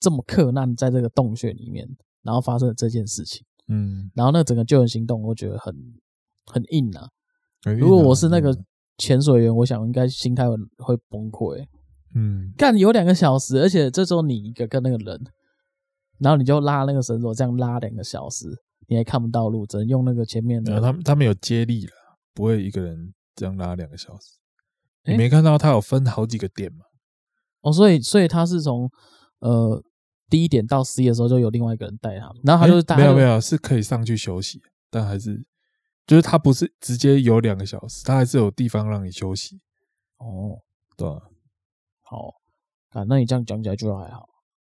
[SPEAKER 2] 这么克难在这个洞穴里面，然后发生了这件事情，
[SPEAKER 1] 嗯，
[SPEAKER 2] 然后那整个救援行动，我觉得很很硬啊。
[SPEAKER 1] 很
[SPEAKER 2] 如果
[SPEAKER 1] 硬啊
[SPEAKER 2] 我是那个
[SPEAKER 1] 很硬啊
[SPEAKER 2] 潜水员，我想应该心态会会崩溃欸、
[SPEAKER 1] 嗯，
[SPEAKER 2] 干有两个小时，而且这时候你一个跟那个人，然后你就拉那个绳索，这样拉两个小时，你还看不到路，只能用那个前面
[SPEAKER 1] 然后
[SPEAKER 2] 的。
[SPEAKER 1] 他们他们有接力了，不会一个人这样拉两个小时。你
[SPEAKER 2] 诶
[SPEAKER 1] 没看到他有分好几个点嘛？
[SPEAKER 2] 哦，所以所以他是从呃第一点到 C 的时候就有另外一个人带他们，然后他就是
[SPEAKER 1] 诶
[SPEAKER 2] 大
[SPEAKER 1] 没
[SPEAKER 2] 家
[SPEAKER 1] 有
[SPEAKER 2] 就
[SPEAKER 1] 没有是可以上去休息，但还是就是他不是直接有两个小时，他还是有地方让你休息，
[SPEAKER 2] 哦，
[SPEAKER 1] 对啊吧、
[SPEAKER 2] 好，啊，那你这样讲起来就还好。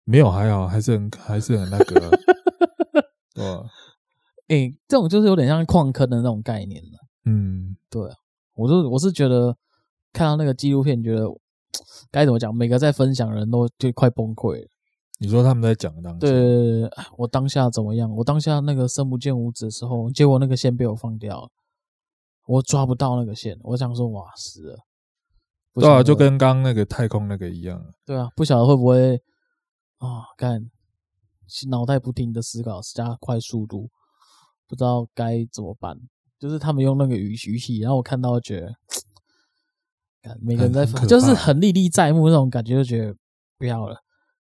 [SPEAKER 1] 没有还好，还是很还是很那个啊、对啊吧、
[SPEAKER 2] 诶、这种就是有点像矿坑的那种概念啊了。
[SPEAKER 1] 嗯，
[SPEAKER 2] 我就我是觉得看到那个纪录片，觉得该怎么讲，每个在分享的人都就快崩溃了。
[SPEAKER 1] 你说他们在讲当中，
[SPEAKER 2] 对对，对对，哎我当下怎么样？我当下那个深不见五指的时候，结果那个线被我放掉了，我抓不到那个线。我想说，哇，死了！不
[SPEAKER 1] 对
[SPEAKER 2] 晓
[SPEAKER 1] 啊，
[SPEAKER 2] 得
[SPEAKER 1] 就跟刚刚那个太空那个一样啊，
[SPEAKER 2] 对啊，不晓得会不会啊，干脑袋不停的思考，加快速度，不知道该怎么办。就是他们用那个语语气，然后我看到觉得，干每个人在
[SPEAKER 1] 很很可怕
[SPEAKER 2] 就是很历历在目那种感觉，就觉得不要了，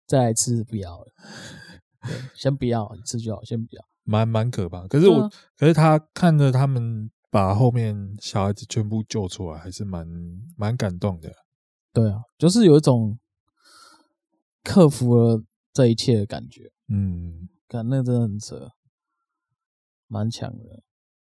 [SPEAKER 2] 再来一次不要了，对先不要一次就好，先不要。
[SPEAKER 1] 蛮蛮可怕。可是我，
[SPEAKER 2] 对啊
[SPEAKER 1] 可是他看着他们把后面小孩子全部救出来，还是蛮蛮感动的。
[SPEAKER 2] 对啊，就是有一种克服了这一切的感觉。
[SPEAKER 1] 嗯，
[SPEAKER 2] 感那个真的很扯，蛮强的。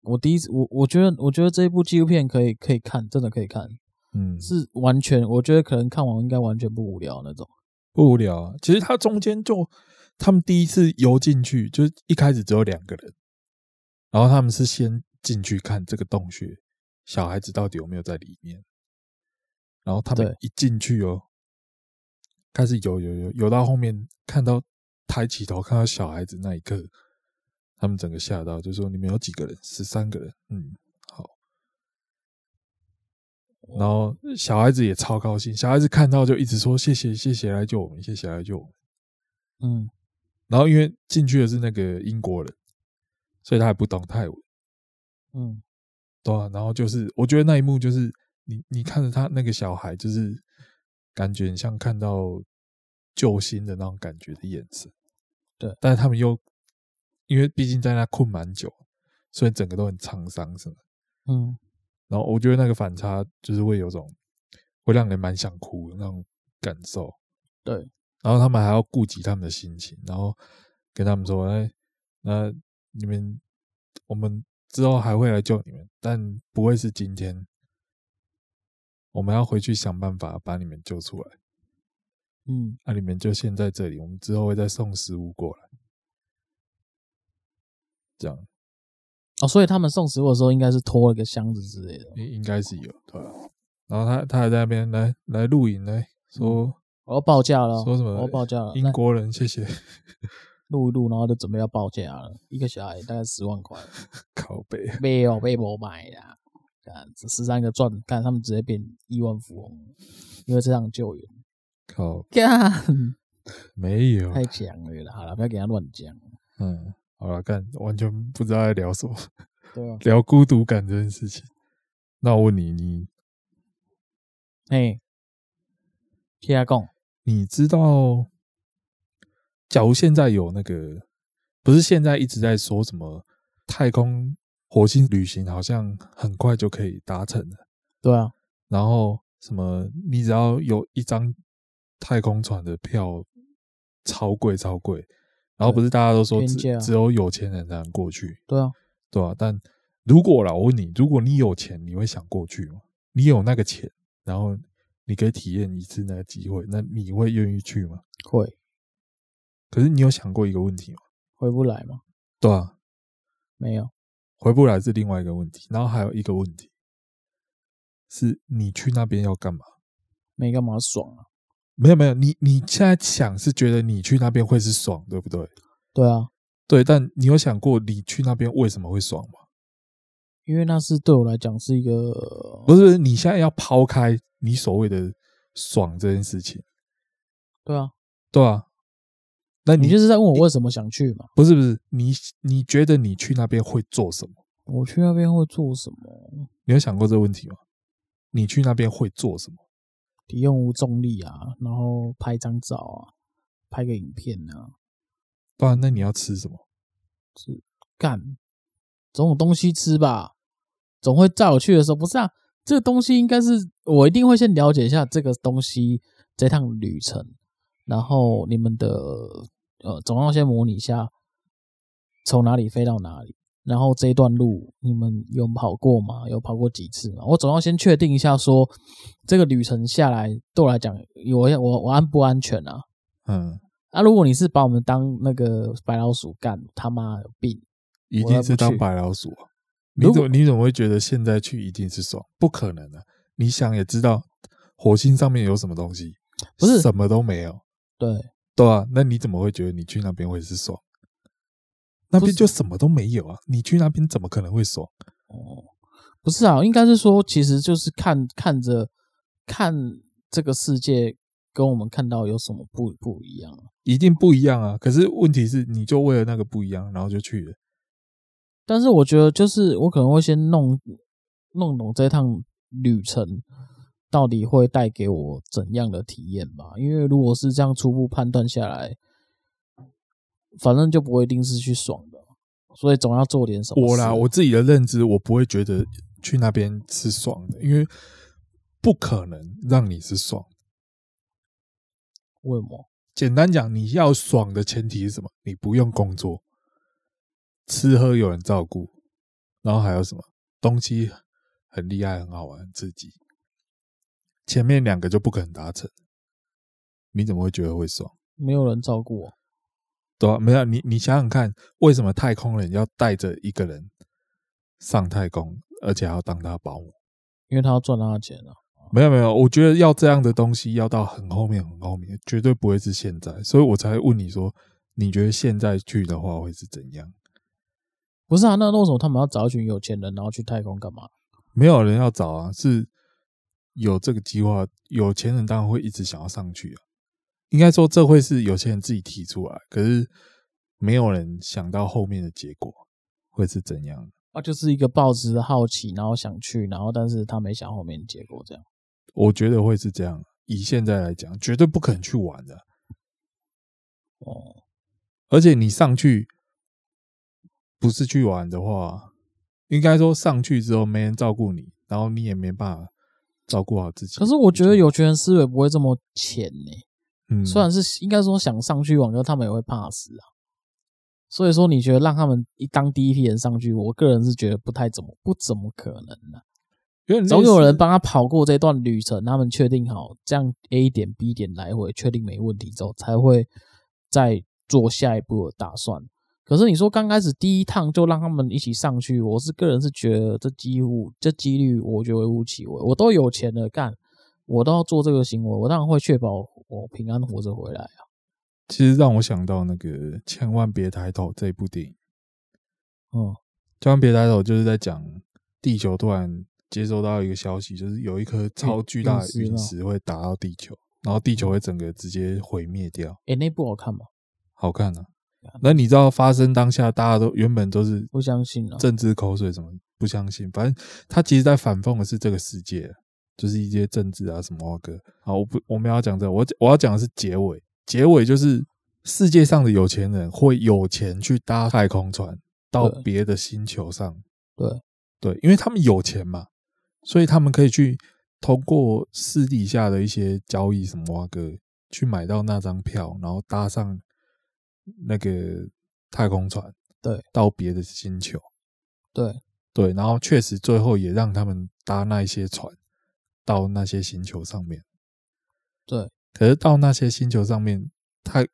[SPEAKER 2] 我第一次，我我觉得，我觉得这一部纪录片可以可以看，真的可以看，
[SPEAKER 1] 嗯，
[SPEAKER 2] 是完全，我觉得可能看完应该完全不无聊那种。
[SPEAKER 1] 不无聊啊。其实他中间就他们第一次游进去，就是一开始只有两个人，然后他们是先进去看这个洞穴，小孩子到底有没有在里面。然后他们
[SPEAKER 2] 对
[SPEAKER 1] 一进去哦，开始游游游游到后面，看到抬起头看到小孩子那一刻，他们整个吓到，就说你们有几个人？十三个人，嗯，好。然后小孩子也超高兴，小孩子看到就一直说谢谢谢谢来救我们，谢谢来救我们。
[SPEAKER 2] 嗯，
[SPEAKER 1] 然后因为进去的是那个英国人，所以他也不懂泰文，
[SPEAKER 2] 嗯，
[SPEAKER 1] 对啊。然后就是我觉得那一幕就是你你看着他那个小孩，就是感觉很像看到救星的那种感觉的眼神，
[SPEAKER 2] 对。
[SPEAKER 1] 但是他们又因为毕竟在那困蛮久，所以整个都很沧桑什么的。
[SPEAKER 2] 嗯，
[SPEAKER 1] 然后我觉得那个反差就是会有种会让人蛮想哭的那种感受。
[SPEAKER 2] 对，
[SPEAKER 1] 然后他们还要顾及他们的心情，然后跟他们说：“哎，那你们我们之后还会来救你们，但不会是今天。我们要回去想办法把你们救出来。啊
[SPEAKER 2] 嗯，
[SPEAKER 1] 那、你们就先在这里，我们之后会再送食物过来。”这样
[SPEAKER 2] 哦，所以他们送食物的时候应该是拖了个箱子之类的。
[SPEAKER 1] 应应该是有对吧、然后他他还在那边来来录影呢，说。
[SPEAKER 2] 我要报价了哦，
[SPEAKER 1] 说什么
[SPEAKER 2] 我要报价了，
[SPEAKER 1] 英
[SPEAKER 2] 那
[SPEAKER 1] 国人，谢 谢
[SPEAKER 2] 录一录，然后就准备要报价了，一个小孩大概十万块，
[SPEAKER 1] 拷贝。
[SPEAKER 2] 没有被我买啦。干这十三个赚，干他们直接变亿万富翁，因为这场救援。
[SPEAKER 1] 靠，
[SPEAKER 2] 干，
[SPEAKER 1] 没有。
[SPEAKER 2] 太强了啦！好了，不要给他乱讲。
[SPEAKER 1] 嗯，好了，干，完全不知道在聊什么，
[SPEAKER 2] 对啊，
[SPEAKER 1] 聊孤独感这件事情。那我问你，你
[SPEAKER 2] 哎，替他讲，
[SPEAKER 1] 你知道，假如现在有那个，不是现在一直在说什么太空火星旅行，好像很快就可以达成了，
[SPEAKER 2] 对啊，
[SPEAKER 1] 然后什么，你只要有一张太空船的票，超贵超贵。然后不是大家都说
[SPEAKER 2] 天
[SPEAKER 1] 只
[SPEAKER 2] 价
[SPEAKER 1] 只有有钱人才能过去，
[SPEAKER 2] 对啊，
[SPEAKER 1] 对吧、但如果啦，我问你，如果你有钱，你会想过去吗？你有那个钱，然后你可以体验一次那个机会，那你会愿意去吗？
[SPEAKER 2] 会
[SPEAKER 1] 可是你有想过一个问题吗？
[SPEAKER 2] 回不来吗？
[SPEAKER 1] 对啊，
[SPEAKER 2] 没有，
[SPEAKER 1] 回不来是另外一个问题，然后还有一个问题是你去那边要干嘛？
[SPEAKER 2] 没干嘛爽啊。
[SPEAKER 1] 没有没有，你你现在想是觉得你去那边会是爽，对不对？
[SPEAKER 2] 对啊，
[SPEAKER 1] 对，但你有想过你去那边为什么会爽吗？
[SPEAKER 2] 因为那是对我来讲是一个
[SPEAKER 1] 不是，你现在要抛开你所谓的爽这件事情，
[SPEAKER 2] 对啊，
[SPEAKER 1] 对啊，那
[SPEAKER 2] 你
[SPEAKER 1] 你
[SPEAKER 2] 就是在问我为什么想去嘛？
[SPEAKER 1] 不是不是你你觉得你去那边会做什么？
[SPEAKER 2] 我去那边会做什么？
[SPEAKER 1] 你有想过这个问题吗？你去那边会做什么？
[SPEAKER 2] 体用无重力啊，然后拍张照啊，拍个影片啊，
[SPEAKER 1] 不然那你要吃什么？
[SPEAKER 2] 干，总有东西吃吧，总会在我去的时候，不是啊，这个东西应该是我一定会先了解一下这个东西这趟旅程，然后你们的呃，总要先模拟一下从哪里飞到哪里，然后这一段路你们有跑过吗？有跑过几次吗？我总要先确定一下说这个旅程下来对我来讲，我要我我安不安全啊？
[SPEAKER 1] 嗯，
[SPEAKER 2] 啊，如果你是把我们当那个白老鼠干，他妈有病！
[SPEAKER 1] 一
[SPEAKER 2] 我才
[SPEAKER 1] 定
[SPEAKER 2] 不
[SPEAKER 1] 是当
[SPEAKER 2] 去
[SPEAKER 1] 白老鼠啊！
[SPEAKER 2] 如
[SPEAKER 1] 你怎
[SPEAKER 2] 果
[SPEAKER 1] 么你怎么会觉得现在去一定是爽？不可能啊！你想也知道，火星上面有什么东西？
[SPEAKER 2] 不是
[SPEAKER 1] 什么都没有，
[SPEAKER 2] 对，
[SPEAKER 1] 对啊，那你怎么会觉得你去那边会是爽？那
[SPEAKER 2] 不
[SPEAKER 1] 边
[SPEAKER 2] 是
[SPEAKER 1] 就什么都没有啊！你去那边怎么可能会爽？
[SPEAKER 2] 哦，不是啊，应该是说，其实就是看看着看这个世界跟我们看到有什么不不一样啊。
[SPEAKER 1] 一定不一样啊！可是问题是，你就为了那个不一样，然后就去了。
[SPEAKER 2] 但是我觉得，就是我可能会先弄弄懂这趟旅程到底会带给我怎样的体验吧。因为如果是这样初步判断下来，反正就不会一定是去爽的，所以总要做点什么事。
[SPEAKER 1] 我啦，我自己的认知，我不会觉得去那边是爽的，因为不可能让你是爽。
[SPEAKER 2] 为什么？
[SPEAKER 1] 简单讲，你要爽的前提是什么？你不用工作，吃喝有人照顾，然后还有什么东西很厉害、很好玩、很刺激。前面两个就不可能达成，你怎么会觉得会爽？
[SPEAKER 2] 没有人照顾我，
[SPEAKER 1] 对啊，没有你，你想想看，为什么太空人要带着一个人上太空，而且还要当他保姆？
[SPEAKER 2] 因为他要赚他的钱啊。
[SPEAKER 1] 没有没有，我觉得要这样的东西要到很后面很后面，绝对不会是现在，所以我才会问你说，你觉得现在去的话会是怎样？
[SPEAKER 2] 不是啊，那为什么他们要找一群有钱人，然后去太空干嘛？
[SPEAKER 1] 没有人要找啊，是有这个计划，有钱人当然会一直想要上去啊。应该说这会是有些人自己提出来，可是没有人想到后面的结果会是怎样。
[SPEAKER 2] 啊，就是一个抱持着好奇，然后想去，然后但是他没想后面结果这样。
[SPEAKER 1] 我觉得会是这样。以现在来讲，绝对不可能去玩的。
[SPEAKER 2] 哦，
[SPEAKER 1] 而且你上去不是去玩的话，应该说上去之后没人照顾你，然后你也没办法照顾好自己。
[SPEAKER 2] 可是我觉得有钱人思维不会这么浅呢、
[SPEAKER 1] 嗯，
[SPEAKER 2] 虽然是应该说想上去网，可是他们也会怕死啊。所以说，你觉得让他们一当第一批人上去，我个人是觉得不太怎么不怎么可能啊。
[SPEAKER 1] 有点
[SPEAKER 2] 总
[SPEAKER 1] 类似
[SPEAKER 2] 有人帮他跑过这段旅程，他们确定好这样 A 点 B 点来回确定没问题之后，才会再做下一步的打算。可是你说刚开始第一趟就让他们一起上去，我是个人是觉得这几乎这几率我觉得微乎其微。我都有钱了，干我都要做这个行为，我当然会确保我平安活着回来啊。
[SPEAKER 1] 其实让我想到那个《千万别抬头》这一部电影，《
[SPEAKER 2] 嗯，
[SPEAKER 1] 千万别抬头》就是在讲地球突然接收到一个消息，就是有一颗超巨大的
[SPEAKER 2] 陨
[SPEAKER 1] 陨
[SPEAKER 2] 石
[SPEAKER 1] 石会打到地球，然后地球会整个直接毁灭掉。
[SPEAKER 2] 诶、那部好看吗？
[SPEAKER 1] 好看啊。那你知道发生当下，大家都原本都是
[SPEAKER 2] 不相信啊
[SPEAKER 1] 政治口水什么不相信，反正他其实在反讽的是这个世界，啊就是一些政治啊什么歌。好，我不我们要讲这个我我要讲的是结尾，结尾就是世界上的有钱人会有钱去搭太空船到
[SPEAKER 2] 对
[SPEAKER 1] 别的星球上，
[SPEAKER 2] 对
[SPEAKER 1] 对，因为他们有钱嘛，所以他们可以去通过私底下的一些交易什么哇哥去买到那张票，然后搭上那个太空船，
[SPEAKER 2] 对，
[SPEAKER 1] 到别的星球，
[SPEAKER 2] 对，
[SPEAKER 1] 对，然后确实最后也让他们搭那一些船到那些星球上面。
[SPEAKER 2] 对，
[SPEAKER 1] 可是到那些星球上面，太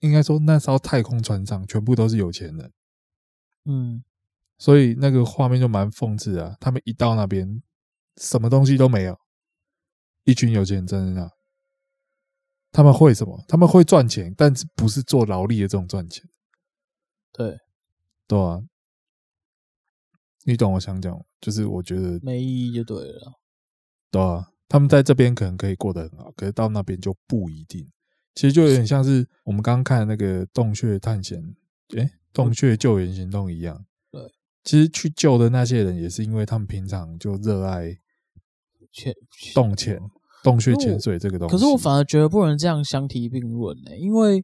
[SPEAKER 1] 应该说那艘太空船上全部都是有钱人。
[SPEAKER 2] 嗯，
[SPEAKER 1] 所以那个画面就蛮讽刺的啊。他们一到那边，什么东西都没有，一群有钱人站在那，他们会什么？他们会赚钱，但是不是做劳力的这种赚钱，
[SPEAKER 2] 对，
[SPEAKER 1] 对啊，你懂我想讲吗，就是我觉得
[SPEAKER 2] 没意义就对了啦。
[SPEAKER 1] 对啊，他们在这边可能可以过得很好，可是到那边就不一定。其实就有点像是我们刚刚看的那个洞穴探险，诶、洞穴救援行动一样。
[SPEAKER 2] 嗯对，
[SPEAKER 1] 其实去救的那些人也是因为他们平常就热爱
[SPEAKER 2] 确
[SPEAKER 1] 洞潜、洞穴
[SPEAKER 2] 可是我
[SPEAKER 1] 潜水这个东西。
[SPEAKER 2] 可是我反而觉得不能这样相提并论呢、因为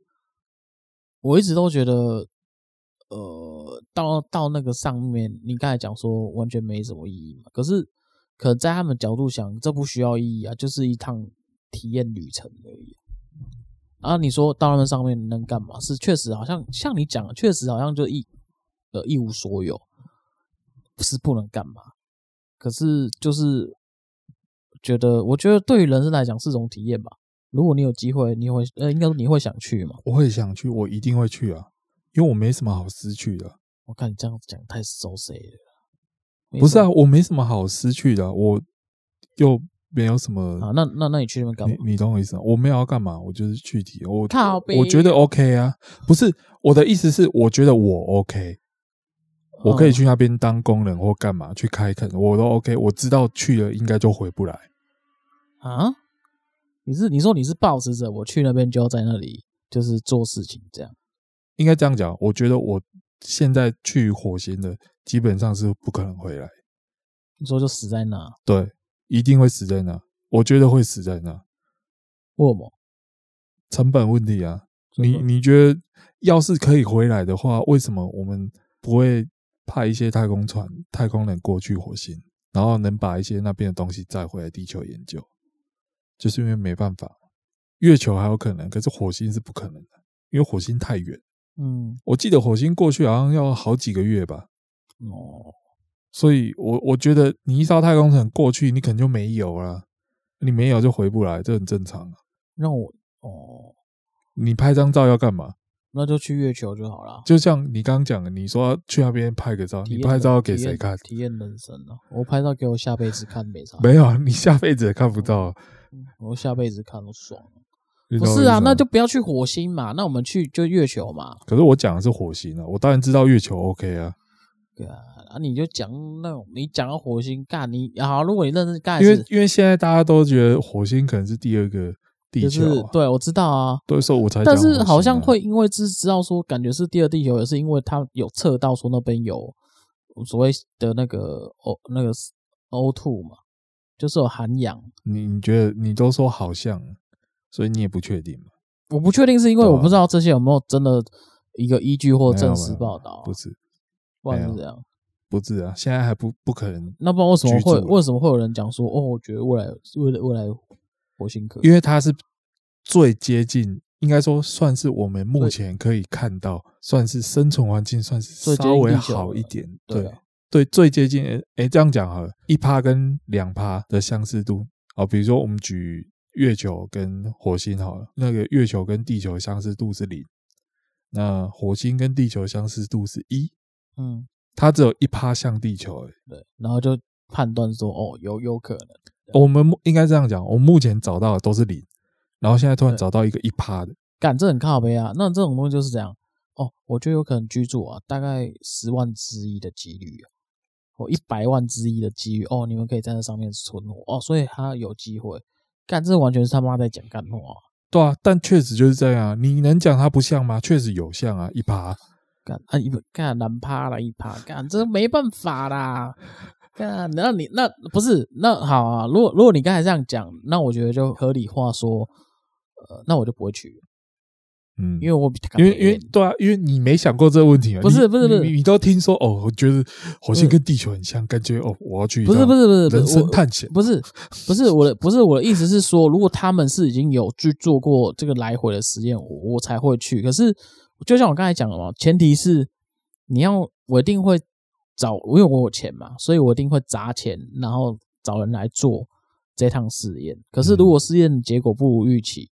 [SPEAKER 2] 我一直都觉得，呃，到到那个上面，你刚才讲说完全没什么意义嘛。可是，可在他们角度想，这不需要意义啊，就是一趟体验旅程而已。啊，你说到他们上面能干嘛？是确实好像像你讲的，确实好像就一呃一无所有，是不能干嘛。可是就是觉得，我觉得对于人生来讲是种体验吧。如果你有机会，你会呃，应该说你会想去嘛？
[SPEAKER 1] 我会想去，我一定会去啊，因为我没什么好失去的。
[SPEAKER 2] 我看你这样讲太收谁了。
[SPEAKER 1] 不是
[SPEAKER 2] 没
[SPEAKER 1] 啊，我没什么好失去的啊、我又没有什么
[SPEAKER 2] 什么啊，那那那你去那边干嘛？
[SPEAKER 1] 你你懂我意思吗？我没有要干嘛，我就是去体验。我
[SPEAKER 2] 靠背哦
[SPEAKER 1] 我觉得 OK 啊，不是我的意思是，我觉得我 OK，我
[SPEAKER 2] 哦
[SPEAKER 1] 可以去那边当工人或干嘛去开垦，我都 OK。我知道去了应该就回不来，
[SPEAKER 2] 啊？你是你说你是抱持者，我去那边就要在那里就是做事情这样
[SPEAKER 1] 应该这样讲。我觉得我现在去火星的基本上是不可能回来，
[SPEAKER 2] 你说就死在那？
[SPEAKER 1] 对，一定会死在那。我觉得会死在那，
[SPEAKER 2] 为什么？
[SPEAKER 1] 成本问题啊。
[SPEAKER 2] 成
[SPEAKER 1] 你
[SPEAKER 2] 本
[SPEAKER 1] 你觉得要是可以回来的话，为什么我们不会派一些太空船、太空人过去火星，然后能把一些那边的东西载回来地球研究？就是因为没办法，月球还有可能，可是火星是不可能的，因为火星太远。
[SPEAKER 2] 嗯
[SPEAKER 1] 我记得火星过去好像要好几个月吧，
[SPEAKER 2] 哦，
[SPEAKER 1] 所以我我觉得你一艘太空船过去，你可能就没油了，你没有就回不来，这很正常啊。
[SPEAKER 2] 让我哦，
[SPEAKER 1] 你拍张照要干嘛？
[SPEAKER 2] 那就去月球就好了。
[SPEAKER 1] 就像你刚刚讲的，你说要去那边拍个照，
[SPEAKER 2] 体
[SPEAKER 1] 你
[SPEAKER 2] 验
[SPEAKER 1] 拍照要给
[SPEAKER 2] 体验
[SPEAKER 1] 谁看？
[SPEAKER 2] 体验人生啊！我拍照给我下辈子看没啥，
[SPEAKER 1] 没有，啊你下辈子也看不到。
[SPEAKER 2] 我下辈子看都爽。
[SPEAKER 1] 你
[SPEAKER 2] 不
[SPEAKER 1] 懂我
[SPEAKER 2] 是
[SPEAKER 1] 意
[SPEAKER 2] 啊，
[SPEAKER 1] 思吗
[SPEAKER 2] 那就不要去火星嘛，那我们去就月球嘛。
[SPEAKER 1] 可是我讲的是火星啊，我当然知道月球 OK 啊，
[SPEAKER 2] 对啊，啊你就讲那种，你讲到火星干你好，如果你认真干
[SPEAKER 1] 因
[SPEAKER 2] 也
[SPEAKER 1] 为
[SPEAKER 2] 是，
[SPEAKER 1] 因为现在大家都觉得火星可能是第二个地
[SPEAKER 2] 就是
[SPEAKER 1] 球、啊，
[SPEAKER 2] 对我知道啊，
[SPEAKER 1] 对，所以我才讲
[SPEAKER 2] 但
[SPEAKER 1] 火星啊、
[SPEAKER 2] 是好像会因为知知道说感觉是第二地球，也是因为他有测到说那边有所谓的那个 O 那个 O two 嘛，就是有含氧。
[SPEAKER 1] 你你觉得你都说好像，所以你也不确定嘛？
[SPEAKER 2] 我不确定是因为
[SPEAKER 1] 对啊
[SPEAKER 2] 我不知道这些有没有真的一个依据或证实报道啊，
[SPEAKER 1] 不是
[SPEAKER 2] 不然
[SPEAKER 1] 没
[SPEAKER 2] 是
[SPEAKER 1] 有
[SPEAKER 2] 这样。
[SPEAKER 1] 不是啊，现在还不不可能，
[SPEAKER 2] 那不然为什么会
[SPEAKER 1] 居住
[SPEAKER 2] 为什么会有人讲说哦，我觉得未来未来未来火星可以
[SPEAKER 1] 因为它是最接近，应该说算是我们目前可以看到，算是生存环境算是
[SPEAKER 2] 最接近
[SPEAKER 1] 稍微
[SPEAKER 2] 地球
[SPEAKER 1] 好
[SPEAKER 2] 了
[SPEAKER 1] 一点，
[SPEAKER 2] 对
[SPEAKER 1] 对
[SPEAKER 2] 啊
[SPEAKER 1] 对，最接近。诶、诶这样讲好了，一趴跟两趴的相似度哦，比如说我们举月球跟火星好了，那个月球跟地球的相似度是零，那火星跟地球的相似度是一，
[SPEAKER 2] 嗯，
[SPEAKER 1] 它只有一趴像地球、欸，
[SPEAKER 2] 对，然后就判断说哦，有有可能，
[SPEAKER 1] 我们目应该这样讲，我们目前找到的都是零，然后现在突然
[SPEAKER 2] 对
[SPEAKER 1] 找到一个一趴的，
[SPEAKER 2] 干这很靠背啊。那这种东西就是这样哦，我觉得有可能居住啊，大概十万之一的几率、啊，哦，一百万之一的几率哦，你们可以在那上面存活哦，所以他有机会。干这完全是他妈在讲干话啊、
[SPEAKER 1] 对啊，但确实就是这样啊。你能讲它不像吗？确实有像啊，一趴。
[SPEAKER 2] 干啊一干难趴了一趴，干这没办法啦。干，那你那不是那好啊？如果如果你刚才这样讲，那我觉得就合理化说，呃，那我就不会去，
[SPEAKER 1] 嗯，
[SPEAKER 2] 因为我比
[SPEAKER 1] 因为因为对啊，因为你没想过这个问题啊。
[SPEAKER 2] 不是
[SPEAKER 1] 你
[SPEAKER 2] 不是不是嗯
[SPEAKER 1] 你你都听说哦，我觉得火星跟地球很像，感觉哦，我要去一
[SPEAKER 2] 不是
[SPEAKER 1] 趟
[SPEAKER 2] 不是不是不
[SPEAKER 1] 人
[SPEAKER 2] 是
[SPEAKER 1] 生
[SPEAKER 2] 我
[SPEAKER 1] 探险。
[SPEAKER 2] 不是不是我的不是我的意思是说，如果他们是已经有去做过这个来回的实验，我我才会去。可是就像我刚才讲的嘛，前提是你要我一定会找，因为我有钱嘛，所以我一定会砸钱，然后找人来做这趟试验。可是
[SPEAKER 1] 嗯
[SPEAKER 2] 如果试验结果不如预期，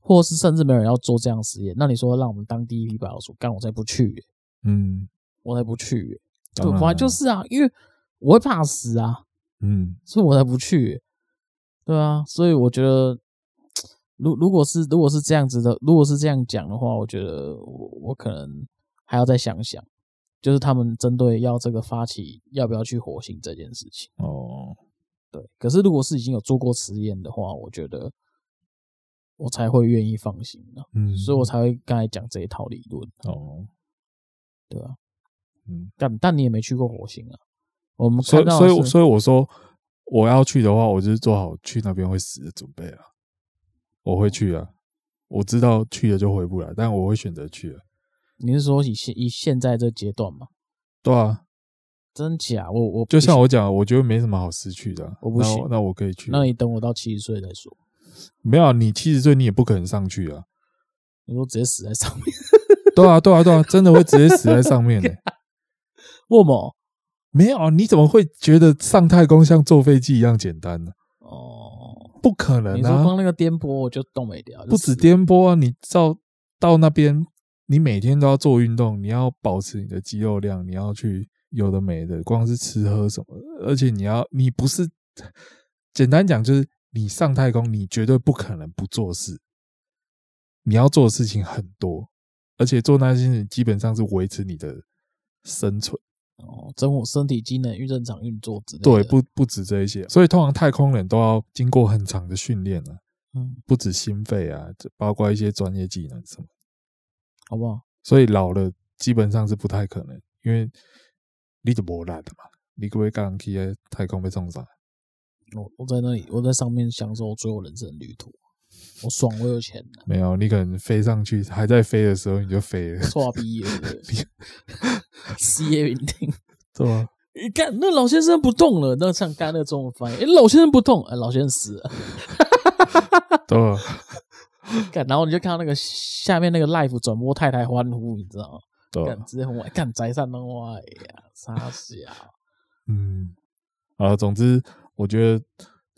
[SPEAKER 2] 或是甚至没有人要做这样的实验，那你说让我们当第一批白老鼠，干我才不去耶、
[SPEAKER 1] 嗯，
[SPEAKER 2] 我才不去耶、对，
[SPEAKER 1] 当然
[SPEAKER 2] 本来就
[SPEAKER 1] 了
[SPEAKER 2] 是啊，因为我会怕死啊。
[SPEAKER 1] 嗯，
[SPEAKER 2] 所以我才不去、对啊，所以我觉得，如如果是如果是这样子的，如果是这样讲的话，我觉得我我可能还要再想想，就是他们针对要这个发起要不要去火星这件事情。
[SPEAKER 1] 哦，
[SPEAKER 2] 对，可是如果是已经有做过实验的话，我觉得我才会愿意放心的、
[SPEAKER 1] 嗯，
[SPEAKER 2] 所以我才会刚才讲这一套理论，
[SPEAKER 1] 哦，
[SPEAKER 2] 对啊，
[SPEAKER 1] 嗯，
[SPEAKER 2] 但但你也没去过火星啊，我们
[SPEAKER 1] 所
[SPEAKER 2] 看
[SPEAKER 1] 以
[SPEAKER 2] 到
[SPEAKER 1] 所以我
[SPEAKER 2] 是
[SPEAKER 1] 所以我说我要去的话，我就是做好去那边会死的准备了。我
[SPEAKER 2] 哦
[SPEAKER 1] 会去啊，我知道去了就回不来，但我会选择去啊了。
[SPEAKER 2] 你是说以现以现在这阶段吗？
[SPEAKER 1] 对啊，
[SPEAKER 2] 真假？我我
[SPEAKER 1] 就像我讲的，我觉得没什么好失去的啊、
[SPEAKER 2] 我不
[SPEAKER 1] 那
[SPEAKER 2] 行
[SPEAKER 1] 那我可以去。
[SPEAKER 2] 那你等我到七十岁再说。
[SPEAKER 1] 没有啊你七十岁，你也不可能上去啊。
[SPEAKER 2] 你说直接死在上面？
[SPEAKER 1] 对啊，对啊，对啊，真的会直接死在上面的、
[SPEAKER 2] 为什么？
[SPEAKER 1] 没有啊，你怎么会觉得上太空像坐飞机一样简单呢？
[SPEAKER 2] 哦，
[SPEAKER 1] 不可能
[SPEAKER 2] 你说
[SPEAKER 1] 啊
[SPEAKER 2] 光！那个颠簸我就动没掉，就
[SPEAKER 1] 不止
[SPEAKER 2] 死
[SPEAKER 1] 颠簸啊，你到到那边，你每天都要做运动，你要保持你的肌肉量，你要去有的没的，光是吃喝什么的，而且你要，你不是简单讲就是你上太空，你绝对不可能不做事，你要做的事情很多，而且做那些事情基本上是维持你的生存。
[SPEAKER 2] 哦，整我身体机能运正常运作之类的。
[SPEAKER 1] 对，不不止这一些，所以通常太空人都要经过很长的训练啊，
[SPEAKER 2] 嗯，
[SPEAKER 1] 不止心肺啊，这包括一些专业技能什么。
[SPEAKER 2] 好不好？
[SPEAKER 1] 所以老了基本上是不太可能，因为你就没烂的嘛，你不会刚去在太空被冲上。
[SPEAKER 2] 我我在那里，我在上面享受最后人生的旅途，我爽，我有钱了，
[SPEAKER 1] 没有，你可能飞上去，还在飞的时候你就飞了，
[SPEAKER 2] 错毕业了， 事业云定。
[SPEAKER 1] 对啊吧？
[SPEAKER 2] 你看那老先生不动了，那像刚才那个中文翻译，哎，老先生不动，哎，老先生死了。
[SPEAKER 1] 对啊吧？
[SPEAKER 2] 干，然后你就看到那个下面那个 live 转播太太欢呼，你知道吗？
[SPEAKER 1] 对啊
[SPEAKER 2] 干
[SPEAKER 1] 吧？
[SPEAKER 2] 直接红哎，干宅上漫画哎呀，傻小。
[SPEAKER 1] 嗯，啊，总之我觉得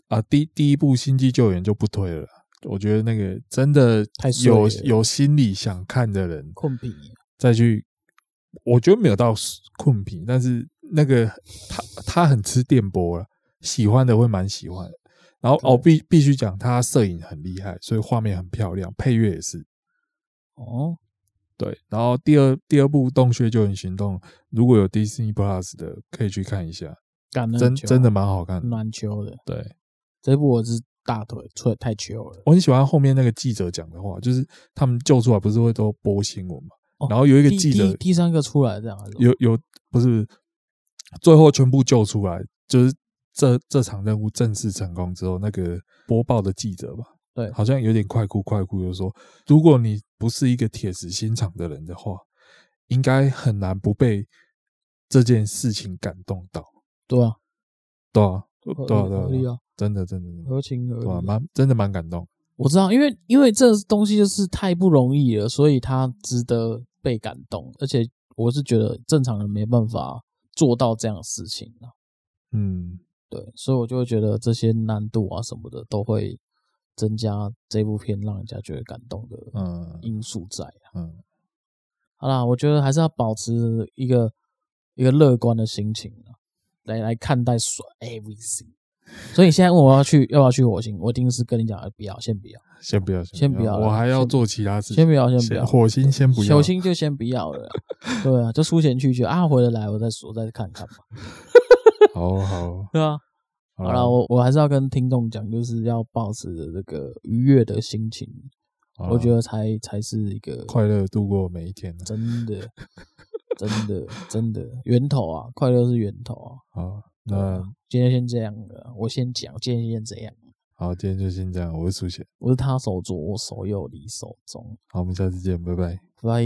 [SPEAKER 1] 啊，第第一部《星际救援》就不推了啦。我觉得那个真的
[SPEAKER 2] 太碎
[SPEAKER 1] 有
[SPEAKER 2] 了
[SPEAKER 1] 有心里想看的人，
[SPEAKER 2] 困啊品，
[SPEAKER 1] 再去，我觉得没有到困疲，但是那个他他很吃电波了，喜欢的会蛮喜欢的。然后
[SPEAKER 2] 对
[SPEAKER 1] 哦，必必须讲他摄影很厉害，所以画面很漂亮，配乐也是
[SPEAKER 2] 哦，
[SPEAKER 1] 对。然后第二第二部《洞穴救援行动》，如果有 Disney Plus 的，可以去看一下，
[SPEAKER 2] 干那
[SPEAKER 1] 真
[SPEAKER 2] 球
[SPEAKER 1] 真的蛮好看的。
[SPEAKER 2] 蛮秋的。
[SPEAKER 1] 对
[SPEAKER 2] 这部我是大腿吹太秋了，
[SPEAKER 1] 我很喜欢后面那个记者讲的话，就是他们救出来不是会都播新闻嘛，
[SPEAKER 2] 哦
[SPEAKER 1] 然后有一个
[SPEAKER 2] 第
[SPEAKER 1] 记者
[SPEAKER 2] 第第三个出来这样还是什么，
[SPEAKER 1] 有有不是，最后全部救出来，就是这这场任务正式成功之后，那个播报的记者吧，
[SPEAKER 2] 对
[SPEAKER 1] 好像有点快哭快哭，就说如果你不是一个铁石心肠的人的话，应该很难不被这件事情感动到，
[SPEAKER 2] 对啊，
[SPEAKER 1] 对啊，
[SPEAKER 2] 合
[SPEAKER 1] 对啊，
[SPEAKER 2] 理
[SPEAKER 1] 对啊
[SPEAKER 2] 合
[SPEAKER 1] 对
[SPEAKER 2] 理
[SPEAKER 1] 啊，
[SPEAKER 2] 啊，
[SPEAKER 1] 真的真的真的，
[SPEAKER 2] 合情
[SPEAKER 1] 对
[SPEAKER 2] 合
[SPEAKER 1] 啊，
[SPEAKER 2] 理啊。
[SPEAKER 1] 蛮真的蛮感动，
[SPEAKER 2] 我知道，因为因为这东西就是太不容易了，所以它值得被感动，而且我是觉得正常人没办法做到这样的事情啊。
[SPEAKER 1] 嗯，
[SPEAKER 2] 对，所以我就会觉得这些难度啊什么的都会增加这部片让人家觉得感动的
[SPEAKER 1] 嗯
[SPEAKER 2] 因素在啊。
[SPEAKER 1] 嗯，
[SPEAKER 2] 好啦，我觉得还是要保持一个一个乐观的心情啊，来来看待所 everything。所以你现在问我要去要不要去火星，我一定是跟你讲，哎不要，先不要，
[SPEAKER 1] 先不要，
[SPEAKER 2] 先不要
[SPEAKER 1] 我
[SPEAKER 2] 了
[SPEAKER 1] 还要
[SPEAKER 2] 先
[SPEAKER 1] 做其他事
[SPEAKER 2] 先
[SPEAKER 1] 情，
[SPEAKER 2] 不要，先不要，
[SPEAKER 1] 火星先不要，
[SPEAKER 2] 球星就先不要了啊，对啊，就输钱去去啊，回得来我再说，再看看吧，
[SPEAKER 1] 好好
[SPEAKER 2] 对啊。好了，我我还是要跟听众讲，就是要保持着这个愉悦的心情，
[SPEAKER 1] 好
[SPEAKER 2] 我
[SPEAKER 1] 啦
[SPEAKER 2] 觉得才才是一个
[SPEAKER 1] 快乐度过每一天
[SPEAKER 2] 真的真的真的源头啊，快乐是源头啊。
[SPEAKER 1] 好，
[SPEAKER 2] 对啊
[SPEAKER 1] 那
[SPEAKER 2] 今天先这样了，我先讲，今天先这样。
[SPEAKER 1] 好，今天就先这样。我是苏贤，
[SPEAKER 2] 我是他手左，我手右，你手中，
[SPEAKER 1] 好，我们下次见，拜拜。
[SPEAKER 2] 拜。